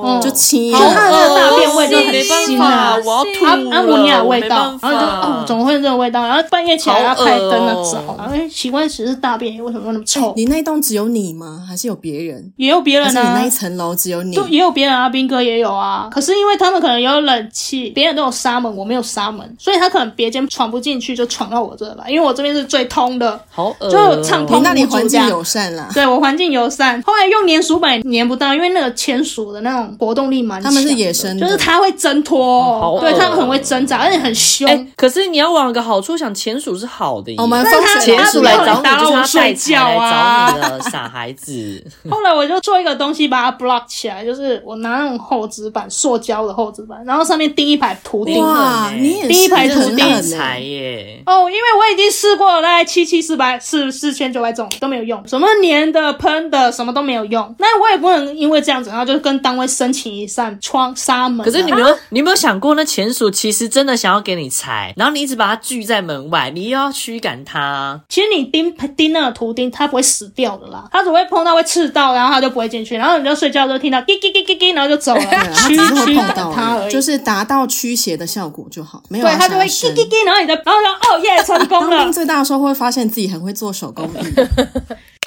哦，就亲好恶就心它的大便味就很没办腥法，啊，我要吐阿了，阿摩尼亚的味没道办，然后法就哦，怎么会有这种味道？然后半夜起来要好恶开灯啊哦找，然后哎奇怪，其实大便为什么会那么臭？你那栋只有你吗？还是有别人？也有别还人是你那啊一，层楼只有你？就也有别人啊，斌哥也有啊。可是因为他们可能有冷气，别人都有纱门，我没有纱门，所以他可能别间闯不进去，就闯到我这来，因为我这边是最通的。好恶哦，就唱你通那里不住环境家友善啦， 对我环境友善，后来用粘鼠板也粘不到，因为那个签鼠的那种活动力蛮强的，他们是野生的就是它会挣脱哦好哦，恶对，它们很会挣扎，而且很凶。哎、可是你要往个好处想，钱鼠是好的耶。哦我们但风他险钱鼠来找你，打扰就是我他带睡钱觉来啊找你的傻孩子。 后来我就做一个东西把它 block 起来，就是我拿那种厚纸板，塑胶的厚纸板，然后上面钉一排图钉。哇，很欸你也是啊第一排图很钉狠才欸耶，哦，因为我已经试过了，大概七七四百四四千九百种都没有用，什么粘的、喷的，什么都没有用。那我也不能因为这样子，然后就跟单位申请一扇窗纱门啊。可是你没有，你有没有想过，那钱鼠其实真的想要给你财，然后你一直把它拒在门外，你又要驱赶它。其实你钉钉那个图钉，它不会死掉的啦，它只会碰到会刺到，然后它就不会进去，然后你就睡觉的时候听到滴滴滴滴滴，然后就走了，对啊，他驱只是会驱碰赶到它而而已，已。就是达到驱邪的效果就好，没有对，它它就会滴滴滴，然后你就然后就 哦耶，成功当了兵。最大的收获，会发现自己很会做手工 艺。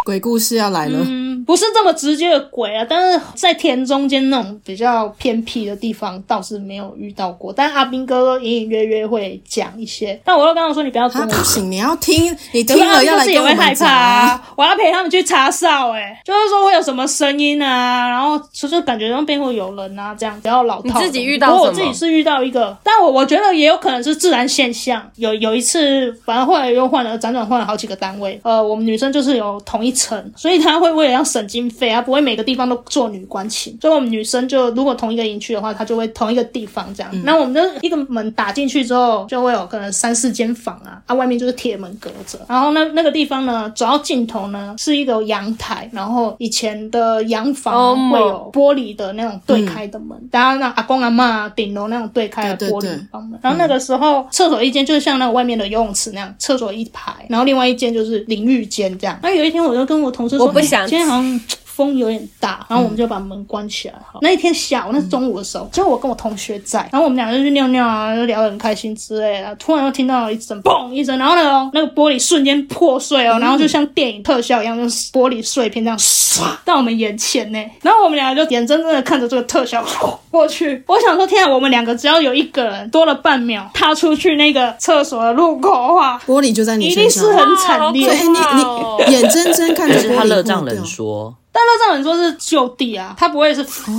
鬼故事要来了，嗯，不是这么直接的鬼啊，但是在田中间那种比较偏僻的地方倒是没有遇到过，但阿兵哥隐隐约约会讲一些。但我又跟他说你不要跟他我啊不讲，行，你要听，你可听是阿了兵要哥来自跟己我会害们怕讲啊。啊，我要陪他们去查哨、欸，哎，就是说会有什么声音啊，然后就就感觉那边会有人啊，这样比较老套的。你自己遇到不过我什么自己是遇到一个，但我我觉得也有可能是自然现象。有有一次，反正后来又换了，辗转换了好几个单位。呃，我们女生就是有同一层，所以她会为了要省经费，她不会每个地方都做女官寝。所以我们女生就如果同一个营区的话，她就会同一个地方这样。嗯那我们的一个门打进去之后，就会有可能三四间房啊，啊，外面就是铁门隔着。然后那那个地方呢，走到尽头呢是一个阳台，然后以前的洋哦房会有玻璃的那种对开的门，大家让阿公阿妈顶楼那种对开的对对玻璃对房门。然后那个时候，厕所一间就是像那个外面的游泳池那样，厕所一排，然后另外一间就是淋浴间这样。那有一天我就跟我同事说，我不哎想今天好像。风有点大，然后我们就把门关起来。好，那一天下午，那是中午的时候，就我跟我同学在，然后我们俩就去尿尿啊，就聊得很开心之类的。突然又听到一声嘣一声，然后那个那个玻璃瞬间破碎哦，然后就像电影特效一样，就是玻璃碎片这样唰到我们眼前呢。然后我们俩就眼睁睁的看着这个特效过去。我想说，天啊，我们两个只要有一个人多了半秒踏出去那个厕所的路口的话，玻璃就在你一身定是上，很惨烈。对你哦你眼睁睁看着就是玻璃他热破胀掉冷缩，但乐丈人说是就地啊，他不会是飞、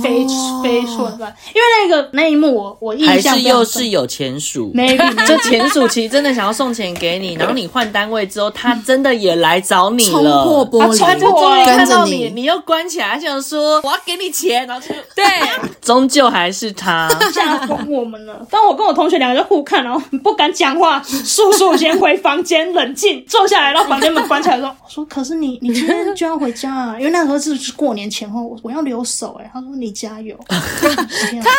飞出来，因为那个那一幕我我印还象是非常又深是有钱鼠？ maybe 这钱鼠其实真的想要送钱给你，然后你换单位之后，它真的也来找你冲了，破玻璃，它就终于看跟着到你，你又关起来，它想说我要给你钱，然后就对， 终究还是 它。吓疯我们 了。但我跟我同学两个就互看，然后不敢讲话，速速先回房间冷静，坐下来，然后房间门关起来说：“我 说可是你你今天就要回家啊，因为那时候是是过年前后，我我要留守哎、欸他说：“你加油。他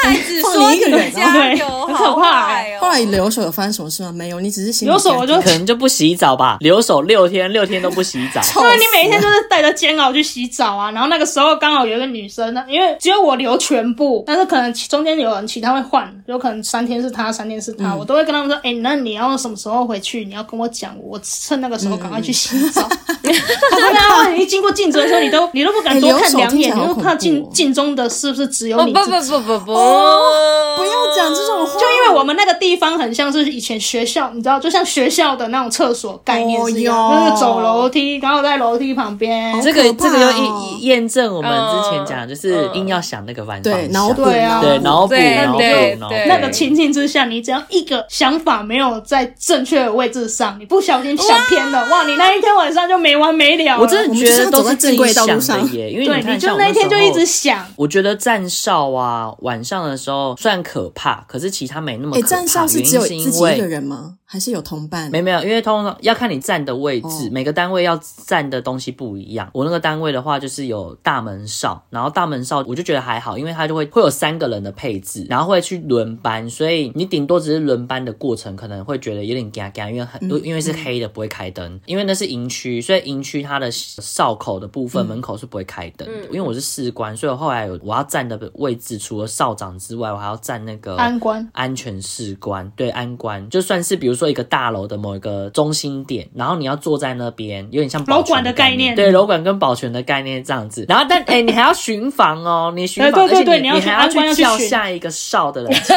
还只说放你一个人啊加油，对好很可怕坏后哦。来留守有发生什么事吗？没有，你只是”心里留守我 就尴尬可能就不洗澡吧，留守六天，六天都不洗澡。臭因为你死啊每一天了就是带着煎熬去洗澡啊，然后那个时候刚好有一个女生，呢，因为只有我留全部，但是可能其中间有人其他会换，有可能三天是她，三天是她，嗯我都会跟他们说，哎、那你要什么时候回去？你要跟我讲，我趁那个时候赶快去洗 澡。可是啊，你一经过镜子的时候，你都你都不敢多看两哎留守听起眼，来你好都恐怖哦看镜镜中的是不是只有哦你不自己？不不不不，哦不要讲这种话，就因为我们那个地方很像是以前学校，你知道，就像学校的那种厕所概念是一样，哦哟就是走楼梯，然后在楼梯旁边，好这个可怕这个又哦验验证我们之前讲的，嗯就是硬要想那个反方对向，脑补对啊对脑补对脑补对脑补对那个情境之下，你只要一个想法没有在正确的位置上，你不小心想偏了，哇，你那一天晚上就没完没了了。我真的觉得都是自己我想们就是要走的在正规道路耶，因为对，看你像就我那一天就一时候直想，我觉得站哨啊，晚上的时候虽然可怕，可是其他没那么哎，可怕。站哨是原因只有因自己一为个人吗？还是有同伴？没没有，因为通常要看你站的位置，哦每个单位要站的东西不一样。我那个单位的话，就是有大门哨，然后大门哨我就觉得还好，因为它就会会有三个人的配置，然后会去轮班，所以你顶多只是轮班的过程可能会觉得有点尴尬，因为很、嗯因为是黑的不会开灯，因为那是营区，所以营区它的哨口的部分、门口是不会开嗯灯的。因为我是士官，所以我后来有我要站的位置除了哨长之外，我还要站那个安官安全士官，对安官，就算是比如说一个大楼的某一个中心点，然后你要坐在那边，有点像保楼管全的的概念对楼管跟保全的概念这样子。然后但哎、你还要巡防哦，你巡防，对对而对且对你你要去还要安官要去叫巡下一个哨的人起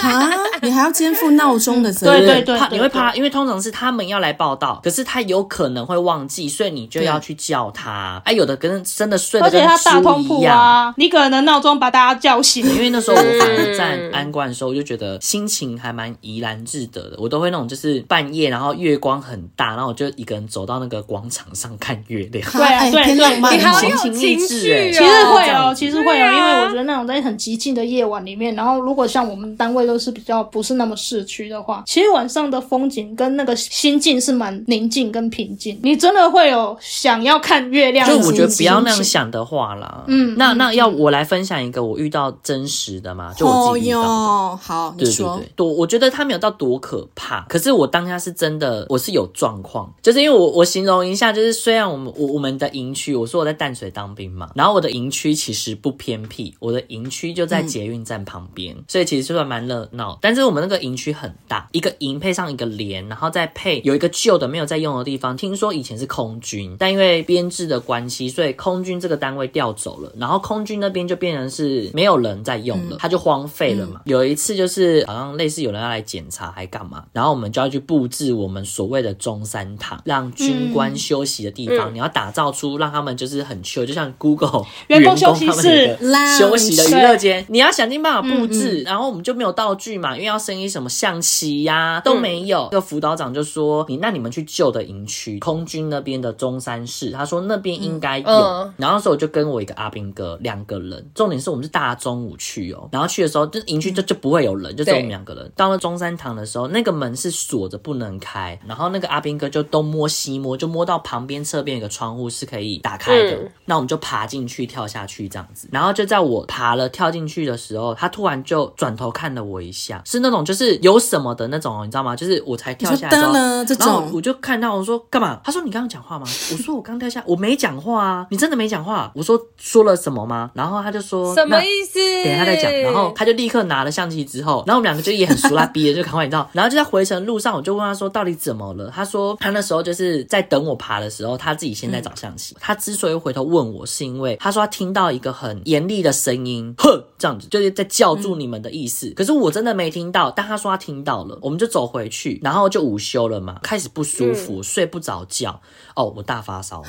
床。啊，你还要肩负闹钟的责对任。对对怕对你会对怕，因为通常是他们要来报道，可是他有可能会忘记，所以你就要去叫他。哎、有的跟真的睡得而且跟它大猪通一铺样，啊，你可能闹钟把大家叫醒。因为那时候我反而在安冠的时候，我就觉得心情还蛮怡然自得的。我都会那种就是半夜，然后月光很大，然后我就一个人走到那个广场上看月 亮。哈对啊哎对偏对浪漫你好哦。有心情励情志哎绪其实哦。会这哦，样其实会有，对啊因为我觉得那种在很寂静的夜晚里面，然后如果像我们单位都是比较不是那么市区的话，其实晚上的风景跟那个心境是蛮宁静跟平静，你真的会有想要看月亮的就心情。我觉得不要那样想的话啦。嗯那那要我来分享一个我遇到真实的嘛，就我哦自己遇到的。哟，好，你对说对对，哦多我觉得他没有到多可怕，可是我当下是真的，我是有状况，就是因为我我形容一下，就是虽然我们我我们的营区，我说我在淡水当兵嘛，然后我的营区其实不偏僻，我的营区就在捷运站旁边，所以其实算蛮热闹。但是我们那个营区很大，一个营配上一个连，然后再配有一个旧的没有在用的地方，听说以前是空军，但因为编制的关系，所以空军这个单位调走了，然后空军那边就变成是没有人在用嗯了，它就荒废了嘛。有一次就是好像类似有人要来检查还干嘛，然后我们就要去布置我们所谓的中山堂，让嗯军官休息的地方，嗯你要打造出让他们就是很 chill，就像 Google 员工他休息们有一个室休息的娱乐间，你要想尽办法布嗯置，然后我们就没有道具嘛，因为要升一什么象棋呀、都没有。嗯那个辅导长就说：“你那你们去旧的营区，空军那边的中山市，他说那边应该有。嗯嗯然后那时候我就跟我一个阿兵哥两个人，重点是我们是大中午去哦，然后去的时候就营区就就不会有人，就只有我们对两个人。到了中山堂的时候，那个门是锁着不能开，然后那个阿兵哥就东摸西摸，就摸到旁边侧边有个窗户是可以打开的。嗯那我们就爬进去、跳下去这样子。然后就在我爬了、跳进去的时候，他突然就转头看了我一下，是那种就是有什么的那种哦，你知道吗？就是我才跳下来之后你说噔了啊这种然后我就看到我说干嘛？他说你刚刚讲话吗？我说我刚跳下，我没讲话啊，你真的没讲话？我说说了什么吗？然后他就说什么那意思？等一下再讲。然后他就立刻拿了相机之后，然后我们两个就也很熟啦，逼的就赶快你知道。然后就在回程路上，我就问他说到底怎么了？他说他那时候就是在等我爬的时候，他自己先在找相机。他之所以回头问我，是因为他说他听到一个很严厉的声音，哼，这样子就是在叫住你们的意思。可是我真的没听到，但他说他听到了，我们就走回去，然后就午休了嘛，开始不舒服，睡不着觉。哦，我大发烧了。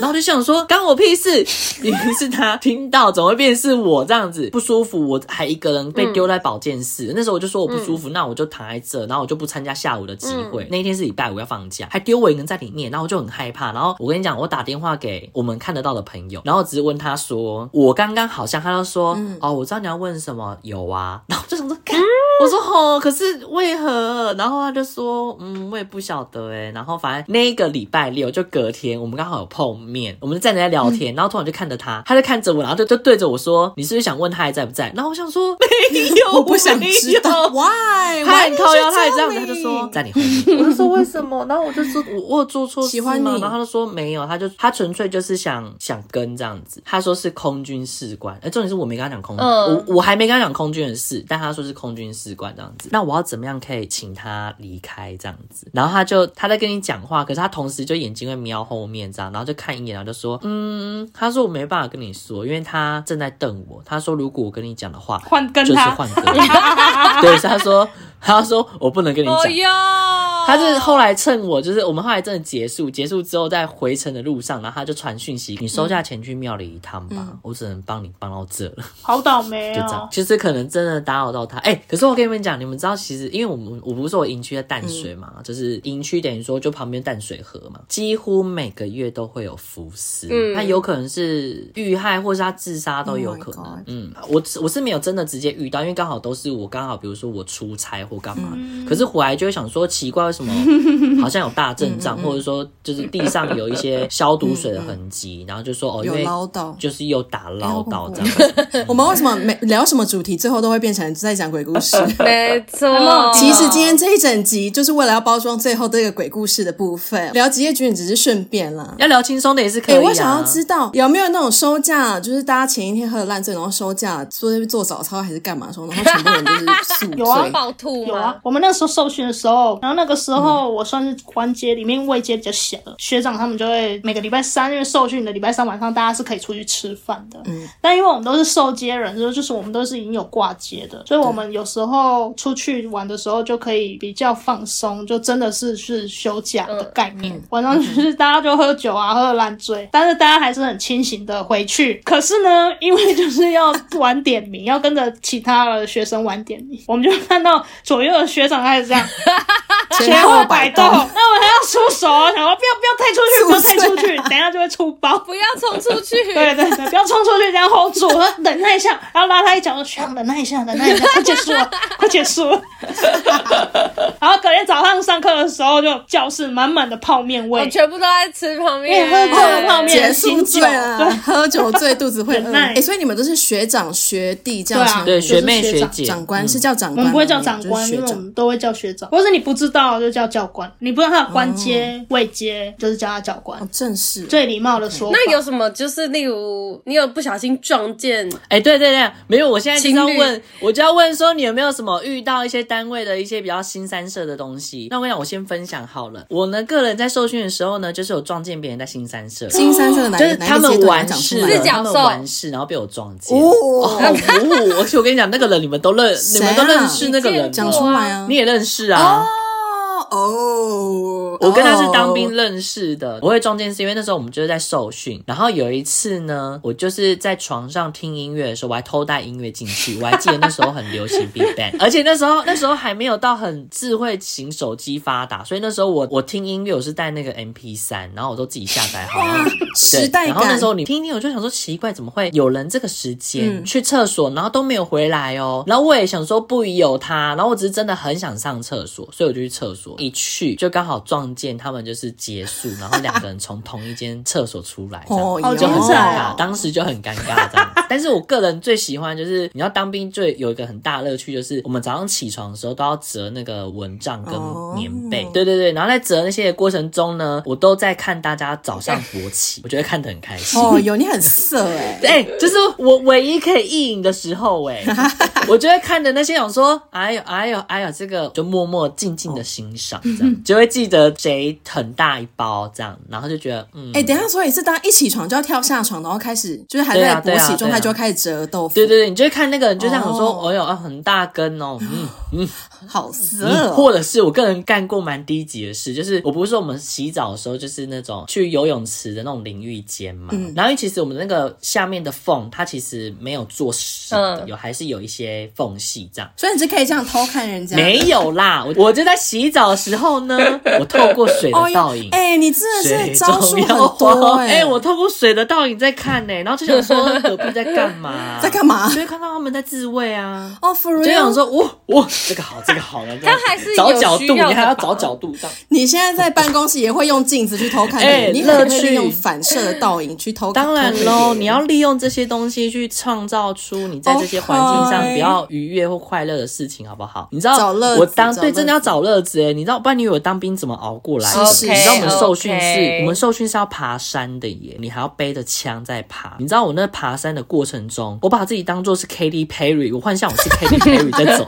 然后我就想说，干我屁事！ 明明是他听到，怎么会变成是我这样子不舒服？我还一个人被丢在保健室。那时候我就说我不舒服，那我就躺在这，然后我就不参加下午的集会。那一天是礼拜五要放假，还丢我一个人在里面，然后我就很害怕。然后我跟你讲，我打电话给我们看得到的朋友，然后只是问他说，我刚刚好像他就说，哦，我知道你要问什么，有啊。然后我就想说，干。我说哦，可是为何？然后他就说，嗯，我也不晓得哎。然后反正那一个礼拜六就隔天，我们刚好有碰面，我们就站着在聊天，然后突然就看着他，他就看着我，然后就就对着我说，你是不是想问他还在不在？然后我想说没有，我不想没知 道有 why，哦他很靠腰，他也也这样子，他就说在你后面。我就说为什么？然后我就说我我有做错事喜欢吗？你然后他就说没有，他就他纯粹就是想想跟这样子。他说是空军士官，哎，重点是我没跟他讲空军，嗯我我还没跟他讲空军的事，但他说是空军士官这样子。那我要怎么样可以请他离开这样子？然后他就他在跟你讲话，可是他同时就眼睛会瞄后面这样，然后就看一眼，然后就说嗯，他说我没办法跟你说，因为他正在瞪我。他说如果我跟你讲的话，换跟就是他换歌。对，是他说，他说我不能跟你讲哦。哟，他是后来趁我，就是我们后来真的结束，结束之后在回程的路上，然后他就传讯息，你收假前去庙里一趟吧，我只能帮你帮到这了，好倒霉就这样哦。。其实可能真的打扰到他，哎、可是我跟你们讲，你们知道，其实因为我们我不是说我营区在淡水嘛，嗯就是营区等于说就旁边淡水河嘛，几乎每个月都会有浮尸，嗯他有可能是遇害或是他自杀都有 Oh my 可能。 God 嗯，我我是没有真的直接遇到，因为刚好都是我刚好，比如说我出差或或干嘛的。可是回来就会想说，奇怪，为 什么好像有大阵嗯仗，或者说就是地上有一些消毒水的痕迹，然后就说哦，因有为唠叨就是又打唠好叨恐怖这样子。 我们为什么每聊什么主题，最后都会变成在讲鬼故事？没错哦，其实今天这一整集就是为了要包装最后这个鬼故事的部分，聊职业军人只是顺便啦。要聊轻松的也是可哎、以、啊我想要知道有没有那种收假，就是大家前一天喝了烂醉，然后收假，说去做早操还是干嘛的时候，然后全部人就是宿醉。有啊暴吐有啊吗，？我们那时候受训的时候，然后那个时候我算是关阶里面位阶比较小的，学长他们就会每个礼拜三，因为受训的礼拜三晚上大家是可以出去吃饭的。嗯，但因为我们都是受接人，所以就是我们都是已经有挂接的，所以我们有时候出去玩的时候就可以比较放松，就真的是是休假的概念。晚上就是大家就喝酒啊，喝烂醉，但是大家还是很清醒的回去。可是呢，因为就是要玩点名，要跟着其他的学生玩点名，我们就看到左右的学长开始 这样。前前后后摆摆动动，那我还要出手啊！想说不要不要太出去，不要太出去，等一下就会出包。不要冲出去， 对对对，不要冲出去，这样 hold 住，然后忍耐一下，然后拉他一脚，说学长忍耐一下，忍耐一下，快结束了，快结束了。 然后隔天早上上课的时候，就教室满满的泡面我味，哦全部都在吃旁边因为喝醉的泡面结束啊醉对了，喝酒醉肚子会饿。忍哎、耐所以你们都是学长学弟这样对称啊呼，对就是学妹学学长姐长官是叫长我官吗，啊们不会叫长就官，是学因为我长。们都会叫学长，或是你不知道就叫教官，你不知道他的官阶、位阶，就是叫他教官，哦，正式。最礼貌的说法。那有什么？就是例如，你有不小心撞见，哎、对对对，没有，我现在就是要情侣问，我就要问说，你有没有什么遇到一些单位的一些比较新三色的东西？那我跟你讲，我先分享好了。我呢，个人在受训的时候呢，就是有撞见别人在新三色，就金山色的哪一是个啊哪他一个阶们段完能讲出事来自了，己吗？他角们兽完事，然后被我撞见。哦，好无而且我跟你讲，那个人你们都认，你谁啊们都认识那个人你见讲过吗，出来啊！你也认识啊。哦哦，我跟他是当兵认识的，我会撞见是因为那时候我们就是在受训，然后有一次呢，我就是在床上听音乐的时候，我还偷带音乐进去，我还记得那时候很流行 Big Bang，而且那时候那时候还没有到很智慧型手机发达，所以那时候我我听音乐我是带那个 MP 三，然后我都自己下载好，然后时代然后那感时。候你听一听，我就想说奇怪，怎么会有人这个时间去厕所，然后都没有回来哦？然后我也想说不疑有他，然后我只是真的很想上厕所，所以我就去厕所，一去就刚好撞见他们就是结束，然后两个人从同一间厕所出来，这样哦，哦有就很精尴彩尬，哦当时就很尴尬这样。 但是我个人最喜欢就是，你要当兵最有一个很大乐趣，就是我们早上起床的时候都要折那个蚊帐跟哦棉被，对对对。然后在折那些的过程中呢，我都在看大家早上勃起，我觉得看得很开心。哦，有你很色哎、 哎、就是我唯一可以意淫的时候、哎，我就会看着那些想说，哎呦，哎呦，哎呦，这个就默默静静的欣赏，这样就会记得谁很大一包这样，然后就觉得，嗯，哎、等一下，所以是大家一起床就要跳下床，然后开始就是还在对啊对勃啊起状态，对啊就要开始折豆腐，对对对，你就会看那个人，就这样想说，哦哎呦，啊，很大根哦，嗯，好色嗯哦、或者是我个人干过蛮低级的事，就是我不是说我们洗澡的时候就是那种去游泳池的那种淋浴间嘛，然后因为其实我们那个下面的缝它其实没有做实的，嗯有还是有一些缝隙这样。所以你是可以这样偷看人家的，没有啦，我我就在洗澡的时候 呢，我透过水哦的哟倒影，哎、你真的水是招数中很有多花哎、哎、我透过水的倒影在看呢、然后就想说隔壁在干嘛，在干嘛就会看到他们在自慰啊。哦，for 就想 real，说，哇哇，这个好，这个好了。他还是有找角需度，你要的还要吧找角度这样。你现在在办公室也会用镜子去偷看别人， 哎你很乐会趣利用反射的倒影去偷看，哦当然偷看别喽，人你要利用这些东西去创造出你哦在这些环境上 OK 比较愉悦或快乐的事情，好不好？你知道找乐子我当找乐对子真的要找乐子哎，你知道，不然你以为我当兵怎么熬过来的？是是你知道我们 OK，受训是 OK 我们受训是要爬山的耶，你还要背着枪在爬。你知道我那爬山的过程中，我把自己当做是 Katy Perry，我幻想我是 Katy Perry 在走。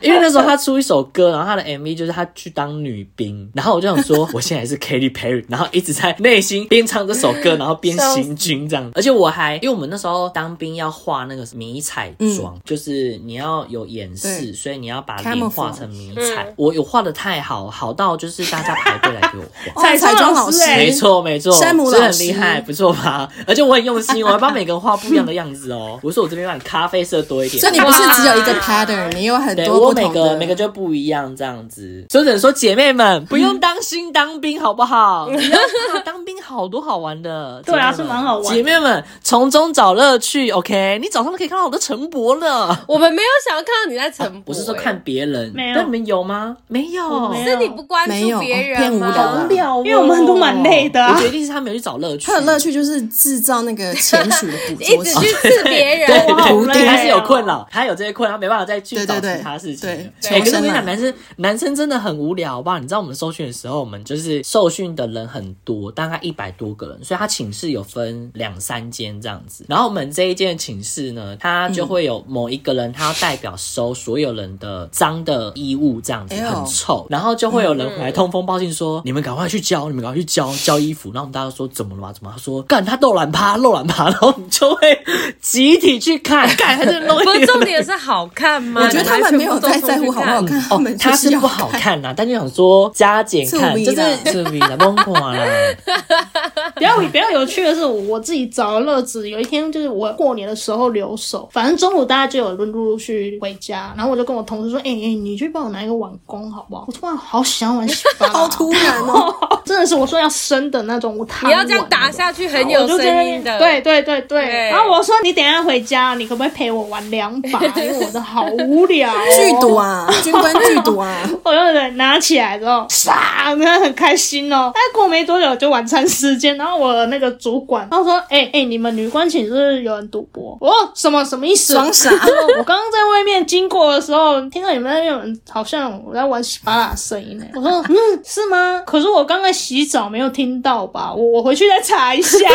因为那时候他出一首歌，然后他的 MV 就是他去当女兵，然后我就想 说，我现在是 Katy Perry，然后一直在内心边唱这首歌，然后边行军这样。而且我还，因为我们那时候当兵要画那个迷彩妆，就是你要有掩嗯对饰，所以你要把脸 Camouflage 画成迷彩。我有画的太好，好到就是大家排队来给我 哦彩彩妆老师欸没错没错，山姆是老很师厉害，不错吧？而且我很用心，我还帮每个人画不一样的样子哦。我说我这边让你咖啡色多一点，所以你不是只有一个 pattern，你有很哎对多我不每同个的。每个就不一样这样子，所以只能说姐妹们不用当心当兵好不 好？你要知道当兵好多好玩的，对啊姐妹们是蛮好玩的姐妹们从中找乐趣，OK？你早上都可以看到我的晨勃了。我们没有想要看到你在晨勃、我是说看别人，没有那你们有吗？没有，没欸，有是你不关没有哦注别偏人无吗？聊啊了哦，因为我们都蛮累的啊我决定是他没有去找乐趣，他的啊乐趣就是制造那个潜水的捕 一捉直器。去刺别人，对我好对累对，他是有哦困扰，他有这些困扰，他没办法再去对找对其对他事情了。对哎可是我重跟生你讲，啊男生男生真的很无聊，好不好？你知道我们受训的时候，我们就是受训的人很多，大概一百多个人，所以他寝室有分两三间这样子。然后我们这一间寝室呢，他就会有某一个人，他要代表收所有人的脏的衣物这样子，哎呦很臭。然后就会有人回来通风报信说：“你们赶快去交，你们赶快去交交衣服。”然后我们大家说：“怎么了嘛？怎么了？”他说：“干，他漏懒趴，漏懒趴。”然后你就会集体去 看，干，他就漏一不是脸重点是好看吗？我觉得他们没有在在乎好不好你们全部都出去看。哦他是看，他们就要不好。看啦，但就想说加减看，趣就味是啦这味啦，崩垮 啦。比较比较有趣的是，我自己找的乐子。有一天就是我过年的时候留守，反正中午大家就有陆陆续续回家，然后我就跟我同事说：“哎、哎、你去帮我拿一个碗公好不好？”我突然好想玩洗发，好突然哦！真的是我说要生的那种，我贪你要这样玩打那种下去很有声音的，对，对对对。对然后我说你等一下回家，你可不可以陪我玩两把？因为我的好无 聊、哦。剧毒啊，军官剧毒啊， 我有人拿起来之后，傻，那很开心哦。但过没多久就晚餐时间，然后我那个主管他说：“哎、哎、你们女官寝是不是有人赌博？”我说什么什么意思？装傻。 我刚刚在外面经过的时候，听到你们那边有人好像我在玩洗发拉的声音呢。我说：“嗯，是吗？可是我刚刚洗澡没有听到吧？我我回去再查一下。”所以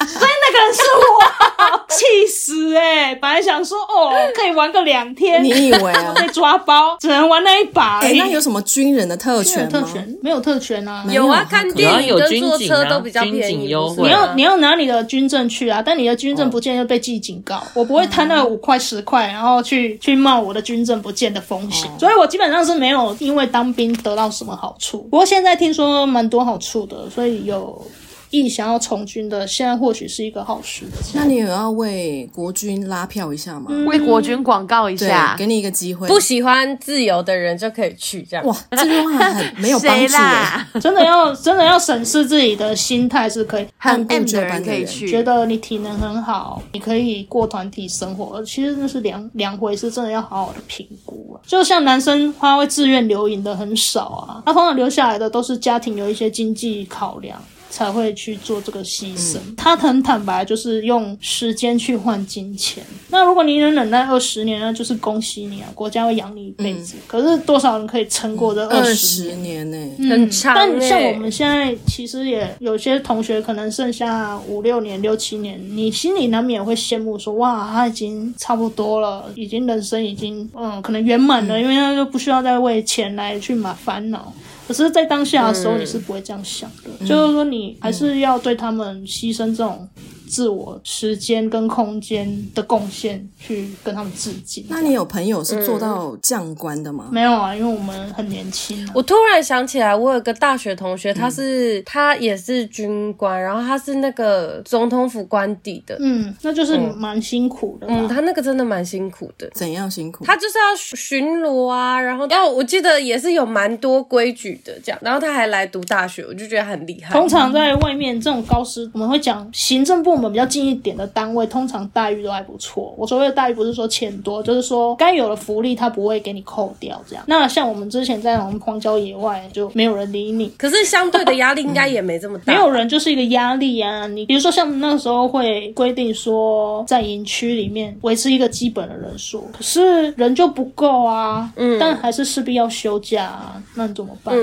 那个人是我， 气死哎、本来想说哦，可以玩个两天，你以为啊？被抓包，只能玩那一把而哎，已。那有什么军人的特没有权特吗？权，没有特权啊！没有啊，没有看电影有跟军坐警车啊都比较军便警宜，优不是惠你吗要你要拿你的军证去啊，但你的军证不见就被记警告。我不会贪那五块十块，然后去去冒我的军证不见的风险，所以我基本上是没有因为当兵得到什么好处。不过现在听说蛮多好处的，所以有意想要从军的，现在或许是一个好时机。那你有要为国军拉票一下嗯吗？为国军广告一对啊下，，给你一个机会。不喜欢自由的人就可以去这样。哇，这句话很没有帮谁 助哎。啦？真的要真的要审视自己的心态是可以。很按部 M 就的班人的可以人去，觉得你体能很好，你可以过团体生活，其实那是两两回事，真的要好好的评估啊。就像男生他会自愿留营的很少啊，他通常留下来的都是家庭有一些经济考量。才会去做这个牺牲。他很坦白，就是用时间去换金钱。那如果你能忍耐二十年，那就是恭喜你啊，国家会养你一辈子。可是多少人可以撑过这二嗯二十十年呢？很长欸嗯但像我们现在其实也有些同学，可能剩下五六年、六七年，你心里难免会羡慕说，哇，他已经差不多了，已经人生已经嗯，可能圆满了，因为他就不需要再为钱来去麻烦恼。可是，在当下的时候，嗯你是不会这样想的，就是说，你还是要对他们牺牲这种自我时间跟空间的贡献，去跟他们致敬。那你有朋友是做到将官的吗？没有啊，因为我们很年轻、啊。我突然想起来，我有个大学同学，他嗯是、他也是军官，然后他是那个总统府官邸的，嗯，啊那就是蛮辛苦的啦。哦嗯，他那个真的蛮辛苦的。怎样辛苦？他就是要巡巡逻啊，然后要我记得也是有蛮多规矩的这样，然后他还来读大学，我就觉得很厉害。通常在外面这种高师，我们会讲行政部门比较近一点的单位，通常待遇都还不错。我所谓的待遇不是说钱多，就是说该有的福利他不会给你扣掉这样。那像我们之前在我们荒郊野外，就没有人理你。可是相对的压力应该也没这么大，没有人就是一个压力啊！你比如说像那时候会规定说，在营区里面维持一个基本的人数，可是人就不够啊，嗯，但还是势必要休假啊，那你怎么办？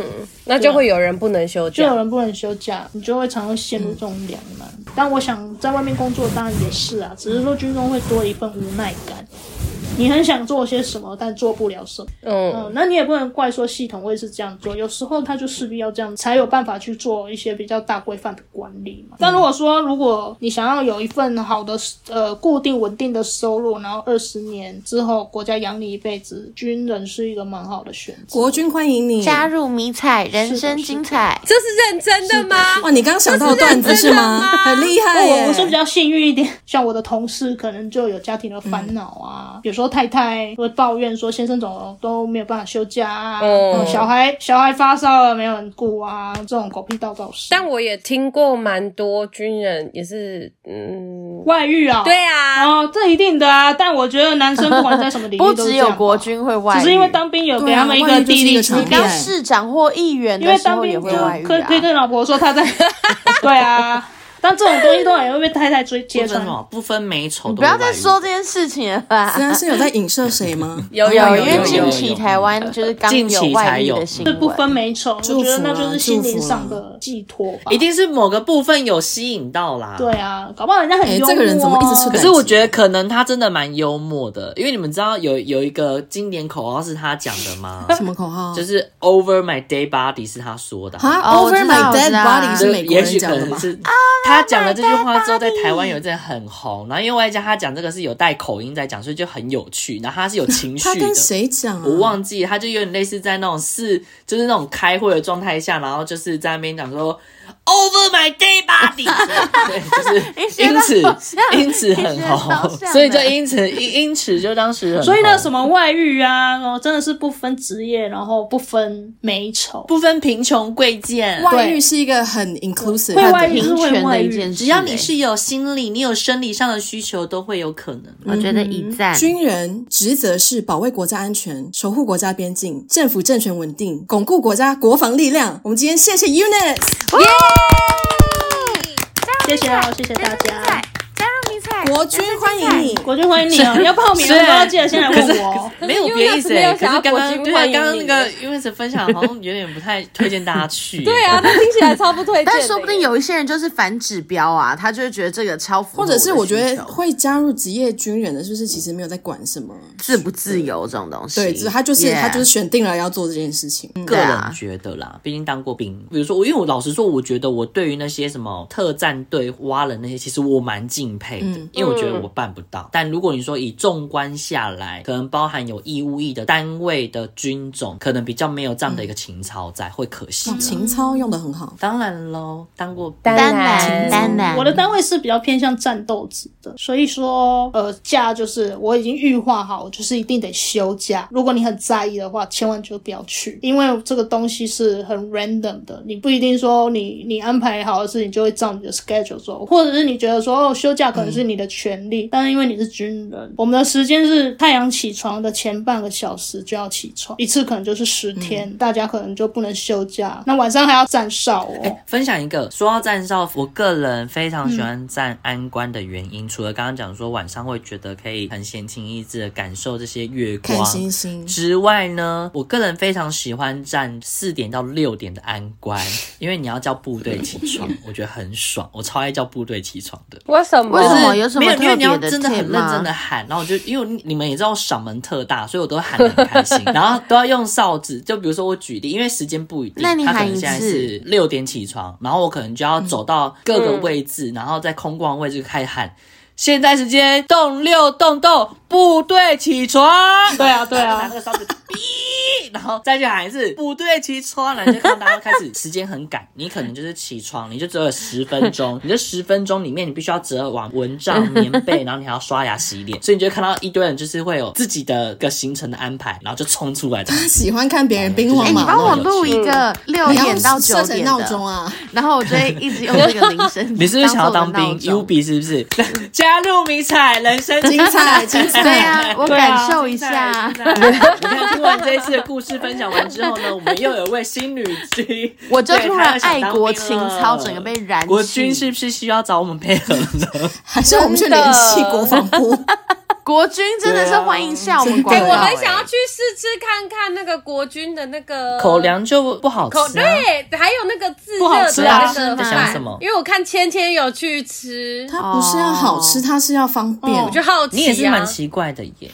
那就会有人不能休就有假。人不能休假，你就会常常陷入这种两难。但我想在外面工作，当然也是啊，只是说军中会多一份无奈感。你很想做些什么，但做不了什么。嗯嗯，那你也不能怪说系统会是这样做，有时候他就势必要这样，才有办法去做一些比较大规范的管理嘛。但如果说，如果你想要有一份好的呃固定稳定的收入，然后二十年之后国家养你一辈子，军人是一个蛮好的选择。国军欢迎你！加入迷彩，人生是的精彩。这是认真的吗？哇，你刚想到的段子是吗？很厉害耶！我我是比较幸运一点，哎 像我的同事可能就有家庭的烦恼啊，有时候太太会抱怨说先生怎么都没有办法休假啊，哦嗯小孩小孩发烧了没有人顾啊，这种狗屁倒灶事。但我也听过蛮多军人也是，嗯，外遇啊，对啊，哦，这一定的啊。但我觉得男生不管在什么领域不都是这只样有吧国，军会外遇，只是因为当兵有对给啊他们一外遇就是地一利个之常你当便。态市长或议员因的为时当候也兵会就外遇可以啊可。以跟老婆说他在， 对啊。但这种东西都很容易被太太追揭不分穿什。么不分美丑，不要再说这件事情了吧虽。然 是有在影射谁吗？有哦有，因有为有近期台湾就是刚近期有外才遇有的新是闻，不分美丑，我祝觉得福那啦就是心祝灵福啊上啦的寄托吧。一定是某个部分有吸引到啦。对。啊，搞不好人家很哎幽默、啊这个人怎么一直出可是我觉得可能他真的蛮幽默的，因为你们知道有有一个经典口号是他讲的 吗？什么口号？就是 Over my dead body 是他说的啊。啊、哦 o 我 v e r 知道 my 我 dead 知道 body 是这美国也人许讲可的能吗？是他讲了这句话之后，在台湾有一阵很红，然后因为外加他讲这个是有带口音在讲，所以就很有趣，然后他是有情绪他跟的。谁讲啊？我忘记，他就有点类似在那种是，就是那种开会的状态下，然后就是在那边讲说 “over my dead body”，对，就是因你学得好此像因此你很学得好红像，欸所以就因此因因此就当时很红，所以呢，什么外遇啊，然后真的是不分职业，然后不分美丑。不分贫穷贵贱，外遇是一个很 inclusive 会的外遇平权的一件事、只要你是有心理，你有生理上的需求，都会有可能。欸，我觉得一赞。军人职责是保卫国家安全、守护国家边境、政府政权稳定、巩固国家国防力量。我们今天谢谢 UNIS 谢谢啊，谢谢大家。加入迷彩，国军欢迎你。国军欢迎你哦！要报名的时候记得先来问我哦。没有别的意思、可是 Unis 没有欸，可想要是刚国刚军对啊，欢迎刚刚那你个 Unis 分享好像有点不太推荐大家去、对 啊，，他听起来超不推荐的耶，但说不定有一些人就是反指标啊，他就会觉得这个超符合或者是我觉的需得求会加入职业军人的，是不是其实没有在管什么？自不自由这种东西。对，只是他就是他就是 Yeah 选定了要做这件事情。嗯，个对人啊觉得啦，毕竟当过兵，比如说我，因为我老实说，我觉得我对于那些什么特战队、蛙人那些，其实我蛮敬佩的，嗯因为我觉得我办不到。但如果你说以纵观下来，可能包含有义务役的单位的军种，可能比较没有这样的一个情操在，会可惜哇，啦。情操用的很好。当然喽，当过兵。当当然然。当然，我的单位是比较偏向战斗职的，所以说，呃，假就是我已经预化好，我就是一定得休假。如果你很在意的话，千万就不要去，因为这个东西是很 random 的，你不一定说你你安排好的事情就会照你的 schedule 做，或者是你觉得说哦，休假可能是你的权利，但是因为你是军人，我们的时间是太阳起床的前半个小时就要起床，一次可能就是十天，大家可能就不能休假，那晚上还要站哨哦。分享一个，说到站哨，我个人非常喜欢站安官的原因，除了刚刚讲说晚上会觉得可以很闲情逸致的感受这些月光看星星。之外呢，我个人非常喜欢站四点到六点的安官，因为你要叫部队起 床，我觉得很爽，我超爱叫部队起床的。为什么？为就什么是哦有什没么有，因为特你要别的真的很 tip 认真的吗喊，然后我就因为你你们也知道我嗓门特大，所以我都喊得很开 心，然后都要用哨子。就比如说我举例，因为时间不一定，那你他可喊能一现在次嗯是六点起床，然后我可能就要走到各嗯个位置，然后在空旷位置开始喊。现在时间动六动动，部队起床。对啊，对然后啊 拿那。个哨子，哔，然后再去喊一次部队起床，然后就看大家开始时间很赶，你可能就是起床，你就只有十分 钟，你这十分钟里面你必须要折完蚊帐、棉被，然后你还要刷牙、洗 脸，所以你就会看到一堆人就是会有自己的一个行程的安排，然后就冲出来这 样 喜欢看别人兵哎、荒你马帮我乱，录一个六你要点到九哎设成点闹钟的，啊！然后我就会一直用这个铃声。你是不是想要当做我兵的闹？U 钟 B 是不是？ 加入迷彩 人生精 彩，精彩！对啊，我对啊感受一下。你看，听完这一次的故事分享完之后呢，我们又有一位新女军， 我就对突她然又想爱当国兵情了操整个被燃起。国军是不是需要找我们配合呢？还是我们去联系国防部？国军真的是欢迎下我们广对告、啊我很哎想要去试吃看看那个国军的那个口粮就不好呃口吃、啊。对，还有那个自不好的吃那啊个在想饭什么因为我看芊芊有去吃，它不是要好吃，它是要方便。哦我就好奇、啊，你也是 蛮奇怪的耶，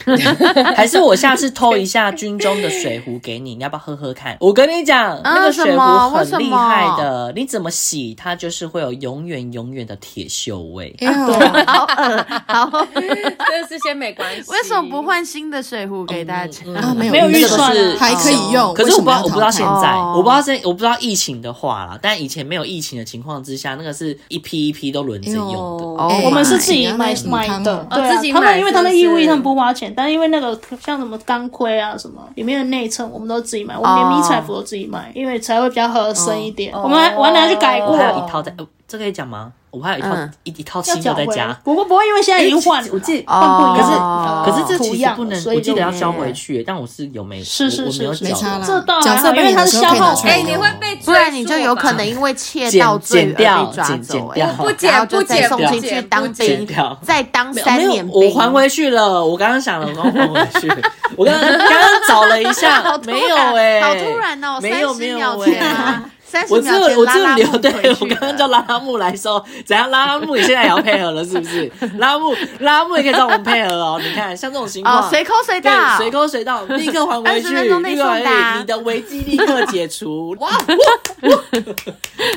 还是我下次偷一下军中的水壶给你，你要不要喝喝看？我跟你讲，那个水壶很厉害的，你怎么洗它就是会有永远永远的铁锈味。哎啊呦，跟这些没关系。为什么不？换新的水壶给大家？啊，没有没有预算啊那个是还可以用，可是我不知道，我为什不么知要道现淘汰在，哦我不知道现，我不知道疫情的话啦。但以前没有疫情的情况之下，那个是一批一批都轮着哎呦用的。哦哎我们是妈自己呀买那什么买汤的哦，对啊自己买他们因为他们义是不务是役他们不花钱，但因为那个像什么钢盔啊什么，里面的内衬我们都自己买，我们连哦迷彩服都自己买，因为才会比较合身一点。我们还我还拿去改我过，还有一套在，呃这可以讲吗？我还有一套嗯一一套哦要新缴的在回家哎来。。不过不会，因为现在已经换了，我记换不一样哦的。可是这图其实样不能，所以我记就得要交回去，但我是有没是是我我没有缴是是没差的啦，这倒还好角色扮演的时候可以拿出来哎、用你会被追溯吧不然你就有可能因为窃盗罪剪剪掉而被抓剪走、剪哎掉不 剪然后就再不送剪进不去剪当不剪兵掉，再当没三有年兵。我还回去了。我刚刚想了，我刚刚还回去，我刚 刚刚刚找了一下好，突然没有哎、好突然哦，没有三没十有秒哎前啊，三十我秒只有前我拉只有拉留木对回，去我刚刚了叫拉拉木来说，怎样？拉拉木你现在也要配合了是不是？拉拉木拉拉木也可以找我们配合哦。你看像这种情况，哦，随口随对到，随口随到，立刻还回去， 20分钟内立刻还回送达去，你的危机立刻解 除。哇，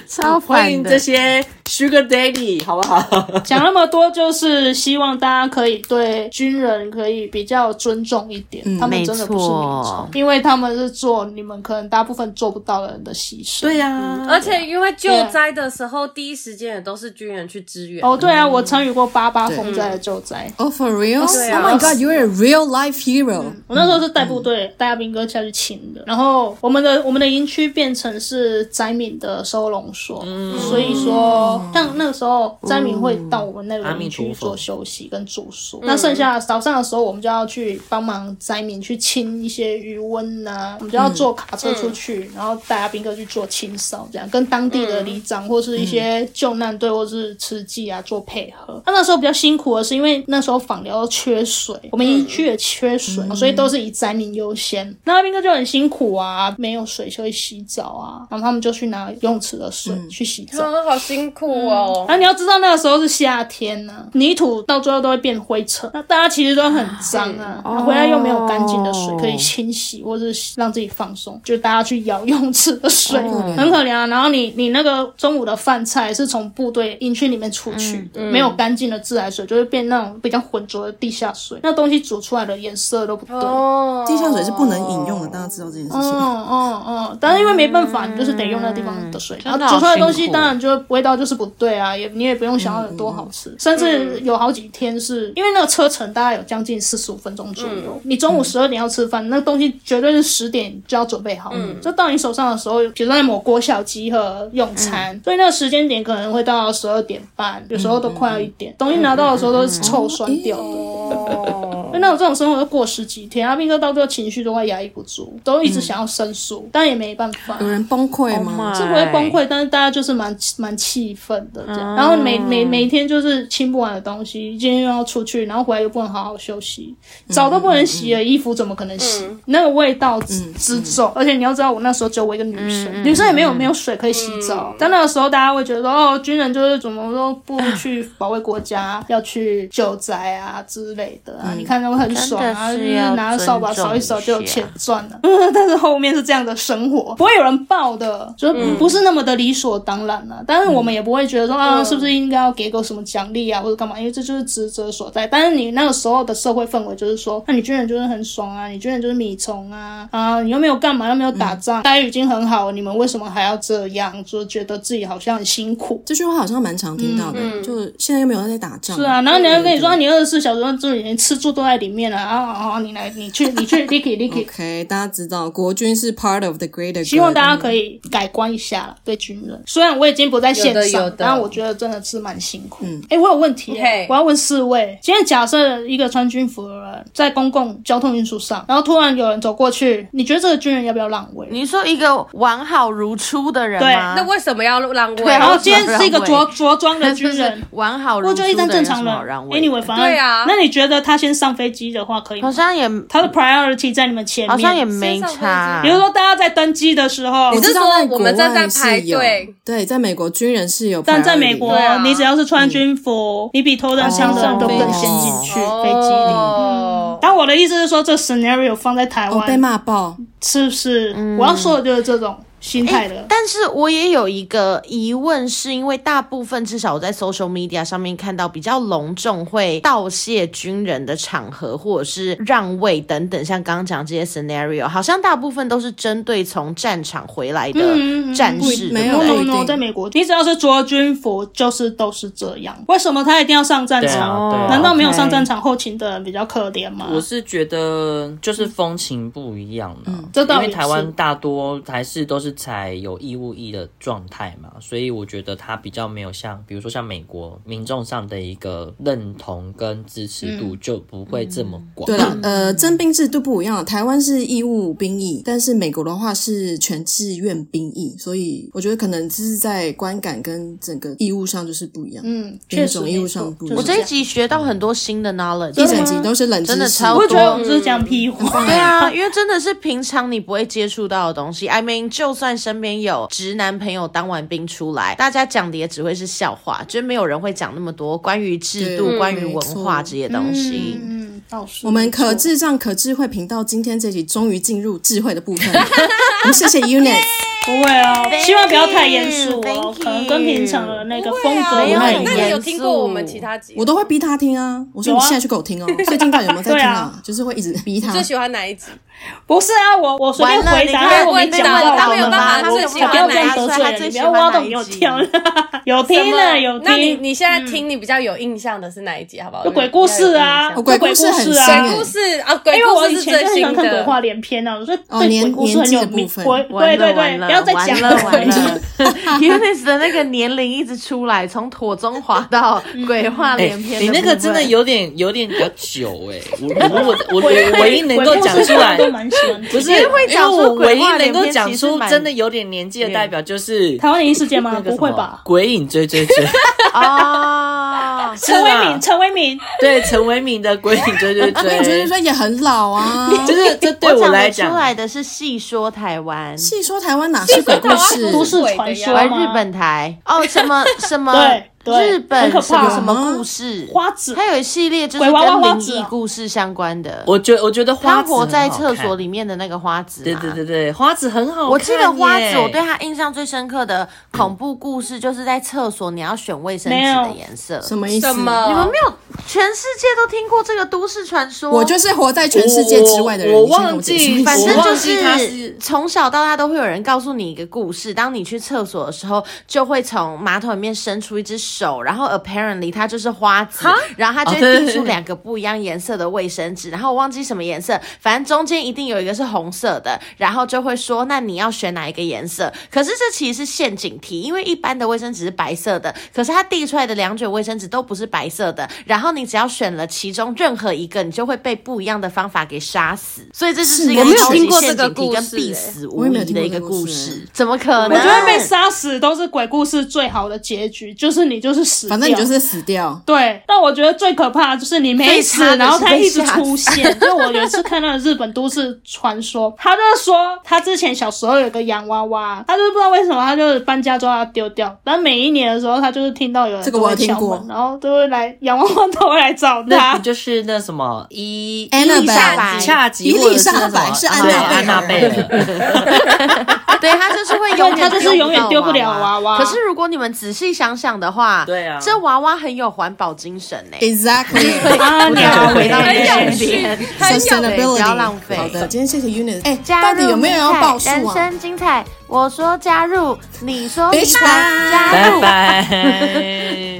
超欢烦迎的这。些 Sugar Daddy，好不好？讲那么多，就是希望大家可以对军人可以比较尊重一点，嗯他们真的不是没民错众，因为他们是做你们可能大部分做不到的人的牺牲。对呀、而且因为救灾的时候，第一时间也都是军人去支援。哦，对啊，我参与过八八风灾的救灾， Oh for real? Oh 对啊 my god, you're a real life hero. 我那时候是带部队带阿兵哥下去请的，然后我们的我们的营区变成是灾民的收容所，所以说像那个时候灾民会到我们那个营区做休息跟住宿，那剩下早上的时候我们就要去帮忙灾民去清一些余温啊呐、我们就要坐卡车出去，然后带阿兵哥去做清扫，这样跟当地的里长或是一些救难队或是慈济啊做配合。那那时候比较辛苦的是，因为那时候访疗缺水，我们营区也缺水，所以都是以灾民优先。那阿兵哥就很辛苦啊，没有水就会洗澡啊，然后他们就去拿泳池的水去洗澡。啊，好辛苦哦然！后你要知道那个时候是夏天呢、泥土到最后都会变灰尘，那大家其实都很脏啊，然后回来又没有干净的水可以清洗，或者是让自己放松，就大家去舀泳池的水，很可怜啊。然后你你那个中午的饭菜是从部队营区里面出去的，没有干净的自来水，就会变那种比较浑浊的地下水，那东西煮出来的颜色都不对。哦，嗯地下水是不能饮用的，大家知道这件事情。嗯嗯嗯，但是因为没办法，你就是得用那地方的水，然嗯真的后好煮出来的东西辛苦当然就味道就是不对啊，也你也不用想要有多好吃，甚至有好几天是因为那个车程大概有将近四十五分钟左嗯右，你中午十二点要吃饭，那东西绝对是十点就要准备好，就到你手上的时候，比如说在某国小集合用嗯餐，所以那个时间点可能会到十二点半，有时候都快要一嗯点，东西拿到的时候都是臭酸掉的。因为那种这种生活都过十几天，阿斌哥到最后情绪都快压抑不住，都一直想要申诉，但也没办法。有人崩溃吗？是是不会崩溃，但是大家就是蛮蛮气愤的这样。嗯然后每每每天就是清不完的东西，今天又要出去，然后回来又不能好好休息，澡都不能洗嗯了，衣服怎么可能洗？那个味道之之重，而且你要知道，我那时候只有我一个女嗯生，女生也没有没有水可以洗澡。但那个时候大家会觉得说，哦，军人就是怎么都不去保卫国家，要去救灾啊之类的啊。你看他们很爽啊，就嗯真的是是要拿着扫把尊重扫一扫就有一下钱赚了。 但是后面是这样的生活， 不会有人报的，就不是那么的理所当然了、但是我们也不会觉得说、啊，是不是应该要给个什么奖励啊，或者干嘛？因为这就是职责所在。但是你那个时候的社会氛围就是说，那、啊你军人就是很爽啊，你军人就是米虫啊，啊，你又没有干嘛，又没有打仗，待遇已经很好了，你们为什么还要这样？就觉得自己好像很辛苦。这句话好像蛮常听到的，就现在又没有在打仗。嗯是啊，然后你还跟你说，啊你二十四小时这里面吃住都在里面了啊啊啊！你来，你去，你去，Licky Licky， ，OK，大家知道国军是 part of the greater，good 嗯希望大家可以改观一下了，对军人。虽然我已经不在线有的有上的，但我觉得真的是蛮辛苦。嗯，哎，我有问题嘿，我要问四位。今天假设一个穿军服的人在公共交通运输上，然后突然有人走过去，你觉得这个军人要不要让位？你说一个完好如初的人对吗？那为什么要让位对？然啊后今天是一个我着想着装的军就是人。 完好如我初觉的得一人般正常有什么好人让位的，anyway，反正对啊那你觉得他先上飞飞机的话可以吗好？像也它的 priority 在你们前面，好像也没差比。如说大家在登机的时候我，是知道说在我国们正在外是排有队？对，在美国军人是有嗯 priority 的，但在美国，对啊你只要是穿军服，你比头等舱的哦人都更先进去飞机里。哦，但我的意思是说，这 scenario 放在台哦被湾骂嗯爆，是不是？我要说的就是这种心态的。哎哎但是我也有一个疑问，是因为大部分至少我在 social media 上面看到比较隆重会道谢军人的场合，或者是让位等等，像刚刚讲这些 scenario，好像大部分都是针对从战场回来的嗯嗯嗯战不士，没对有不 no 对不 no 一 no，定在美国，你只要是着军服，就是都是这样。为什么他一定要上战对啊，场？对啊。难道没有 OK 上战场后勤的人比较可怜吗？我是觉得就是风情不一样的、啊这倒因也为是台湾大多还是都是采有义务役的状态嘛，所以我觉得它比较没有像，比如说像美国民众上的一个认同跟支持度就不会这么广。哎对嗯了，呃，征兵制度不一样，台湾是义务兵役，但是美国的话是全志愿兵役，所以我觉得可能就是在观感跟整个义务上就是不一样。嗯，确品实种没义务错上不一就我样是这这一样。集学到很多新的 knowledge，啊一整嗯集都是冷知识，真的超我也觉得多我们是讲屁话。 对啊，因为真的是平常你不会接触到的东西。I mean，就算身边有直男朋友当完兵出来，大家讲的也只会是笑话，就没有人会讲那么多关于制度、对关于没文化错这些东西。嗯，倒是我们没错可智障可智慧频道今天这集终于进入智慧的部分， 我们谢谢 Unis，不会哦， Thank 希望不要太严肃 you，thank 哦，可能跟平常的那个风格没有太很啊一那样。你有严听肃过我们其他集？我都会逼他听啊，我说有你啊现在去给我听哦，最近到底有没有在听对啊？就是会一直逼他最。喜欢哪一集？不是啊，我我随便完了回你答，看因为我没被讲到他我没有们办法吧，最我喜欢不要这样哪一得集罪他人，最你不喜要欢挖到哪一你有集跳 了，有听了的有那你听，嗯你现在听你比较有印象的是哪一集？好不好？有鬼故事啊，我有鬼鬼故事很事深啊欸鬼。故事啊，因鬼为我故以事是前就最很喜欢新看鬼的。话连篇啊，我说哦对年鬼故事年很纪有的名，部分我对对对，不要再讲了，完鬼故事了。Unis 的那个年龄一直出来，从妥中华到鬼话哎、连篇、你那个真的。有点有点比较久哎、我我 我我我唯一能够 鬼故讲事出大家来，都蛮喜欢听。不是因为会因为讲出我唯鬼一话能连够篇讲其实出蛮真的有点年纪的代表就是台湾灵异事件吗？那个不什会么吧？鬼影追追 追， 哦，啊是陈为吧民，？陈为民，对，陈为民的《鬼影追追啊追我觉得》，说也很老啊，就是这对哎我我讲来得出讲，来的是细说台湾，细说台湾哪是鬼故事？都市传说玩吗日本台哦，什 么什么对对日本很可什么怕什有么吗故事，花子还有一系列就是鬼娃娃跟花灵子异啊故事相关的。我觉我觉得花子很他好活看在厕所，里面的那个花子，啊对对。对对，花子很好看耶。我记得花子，我对他印象最深刻的恐怖故事，就是在厕所你要选卫生纸没的有颜色。什么意思？什么？你们没有，全世界都听过这个都市传说。我就是活在全世界之外的人。我你先跟解释一下反我正就忘记他是从小到大都会有人告诉你一个故事，当你去厕所的时候，就会从马桶里面伸出一只手，然后 apparently 它就是花啊子，然后它就哦对会对递出对两个不一样颜色的卫生纸，然后我忘记什么颜色，反正中间一定有一个是红色的，然后就会说那你要选哪一个颜色？可是这其实是陷阱题，因为一般的卫生纸是白色的，可是它递出来的两卷卫生纸都不是白色的，然后你只要选了其中任何一个，你就会被不一样的方法给杀死，所以这就是一个我没有超级听过这陷个阱题故跟事欸必死我无也没有疑的听一个过这个故故事事，怎么可我能？觉得被杀死都是鬼故事最好的结局，就是你就是死掉，反正你就是死掉。对。但我觉得最可怕的就是你没死，最差的是然后他一直被吓死出现。就我有一次看到日本都市传说，他就说他之前小时候有个洋娃娃，他就是不知道为什么他就是搬家之后要丢掉，但每一年的时候他就是听到有人这个都我会有听敲门过然后都会来洋娃娃都会来找那他不。就是那什么伊 Annabelle 伊丽莎白恰吉伊或者丽是莎那白是什安么哎娜贝安娜尔贝 尔，对哎他就是会永远，对他就是永远丢不了娃娃可是如果你们仔细想想的话，对啊 这娃娃很有环保精神欸呢、 Exactly， 啊，你要回到很原有点趣，很有对不 sustainability，要浪费好的，今天谢谢 Unis。哎，加到入底有没有人要报数人啊？生精彩，我说加入，你说你 Bitch 加入拜。拜。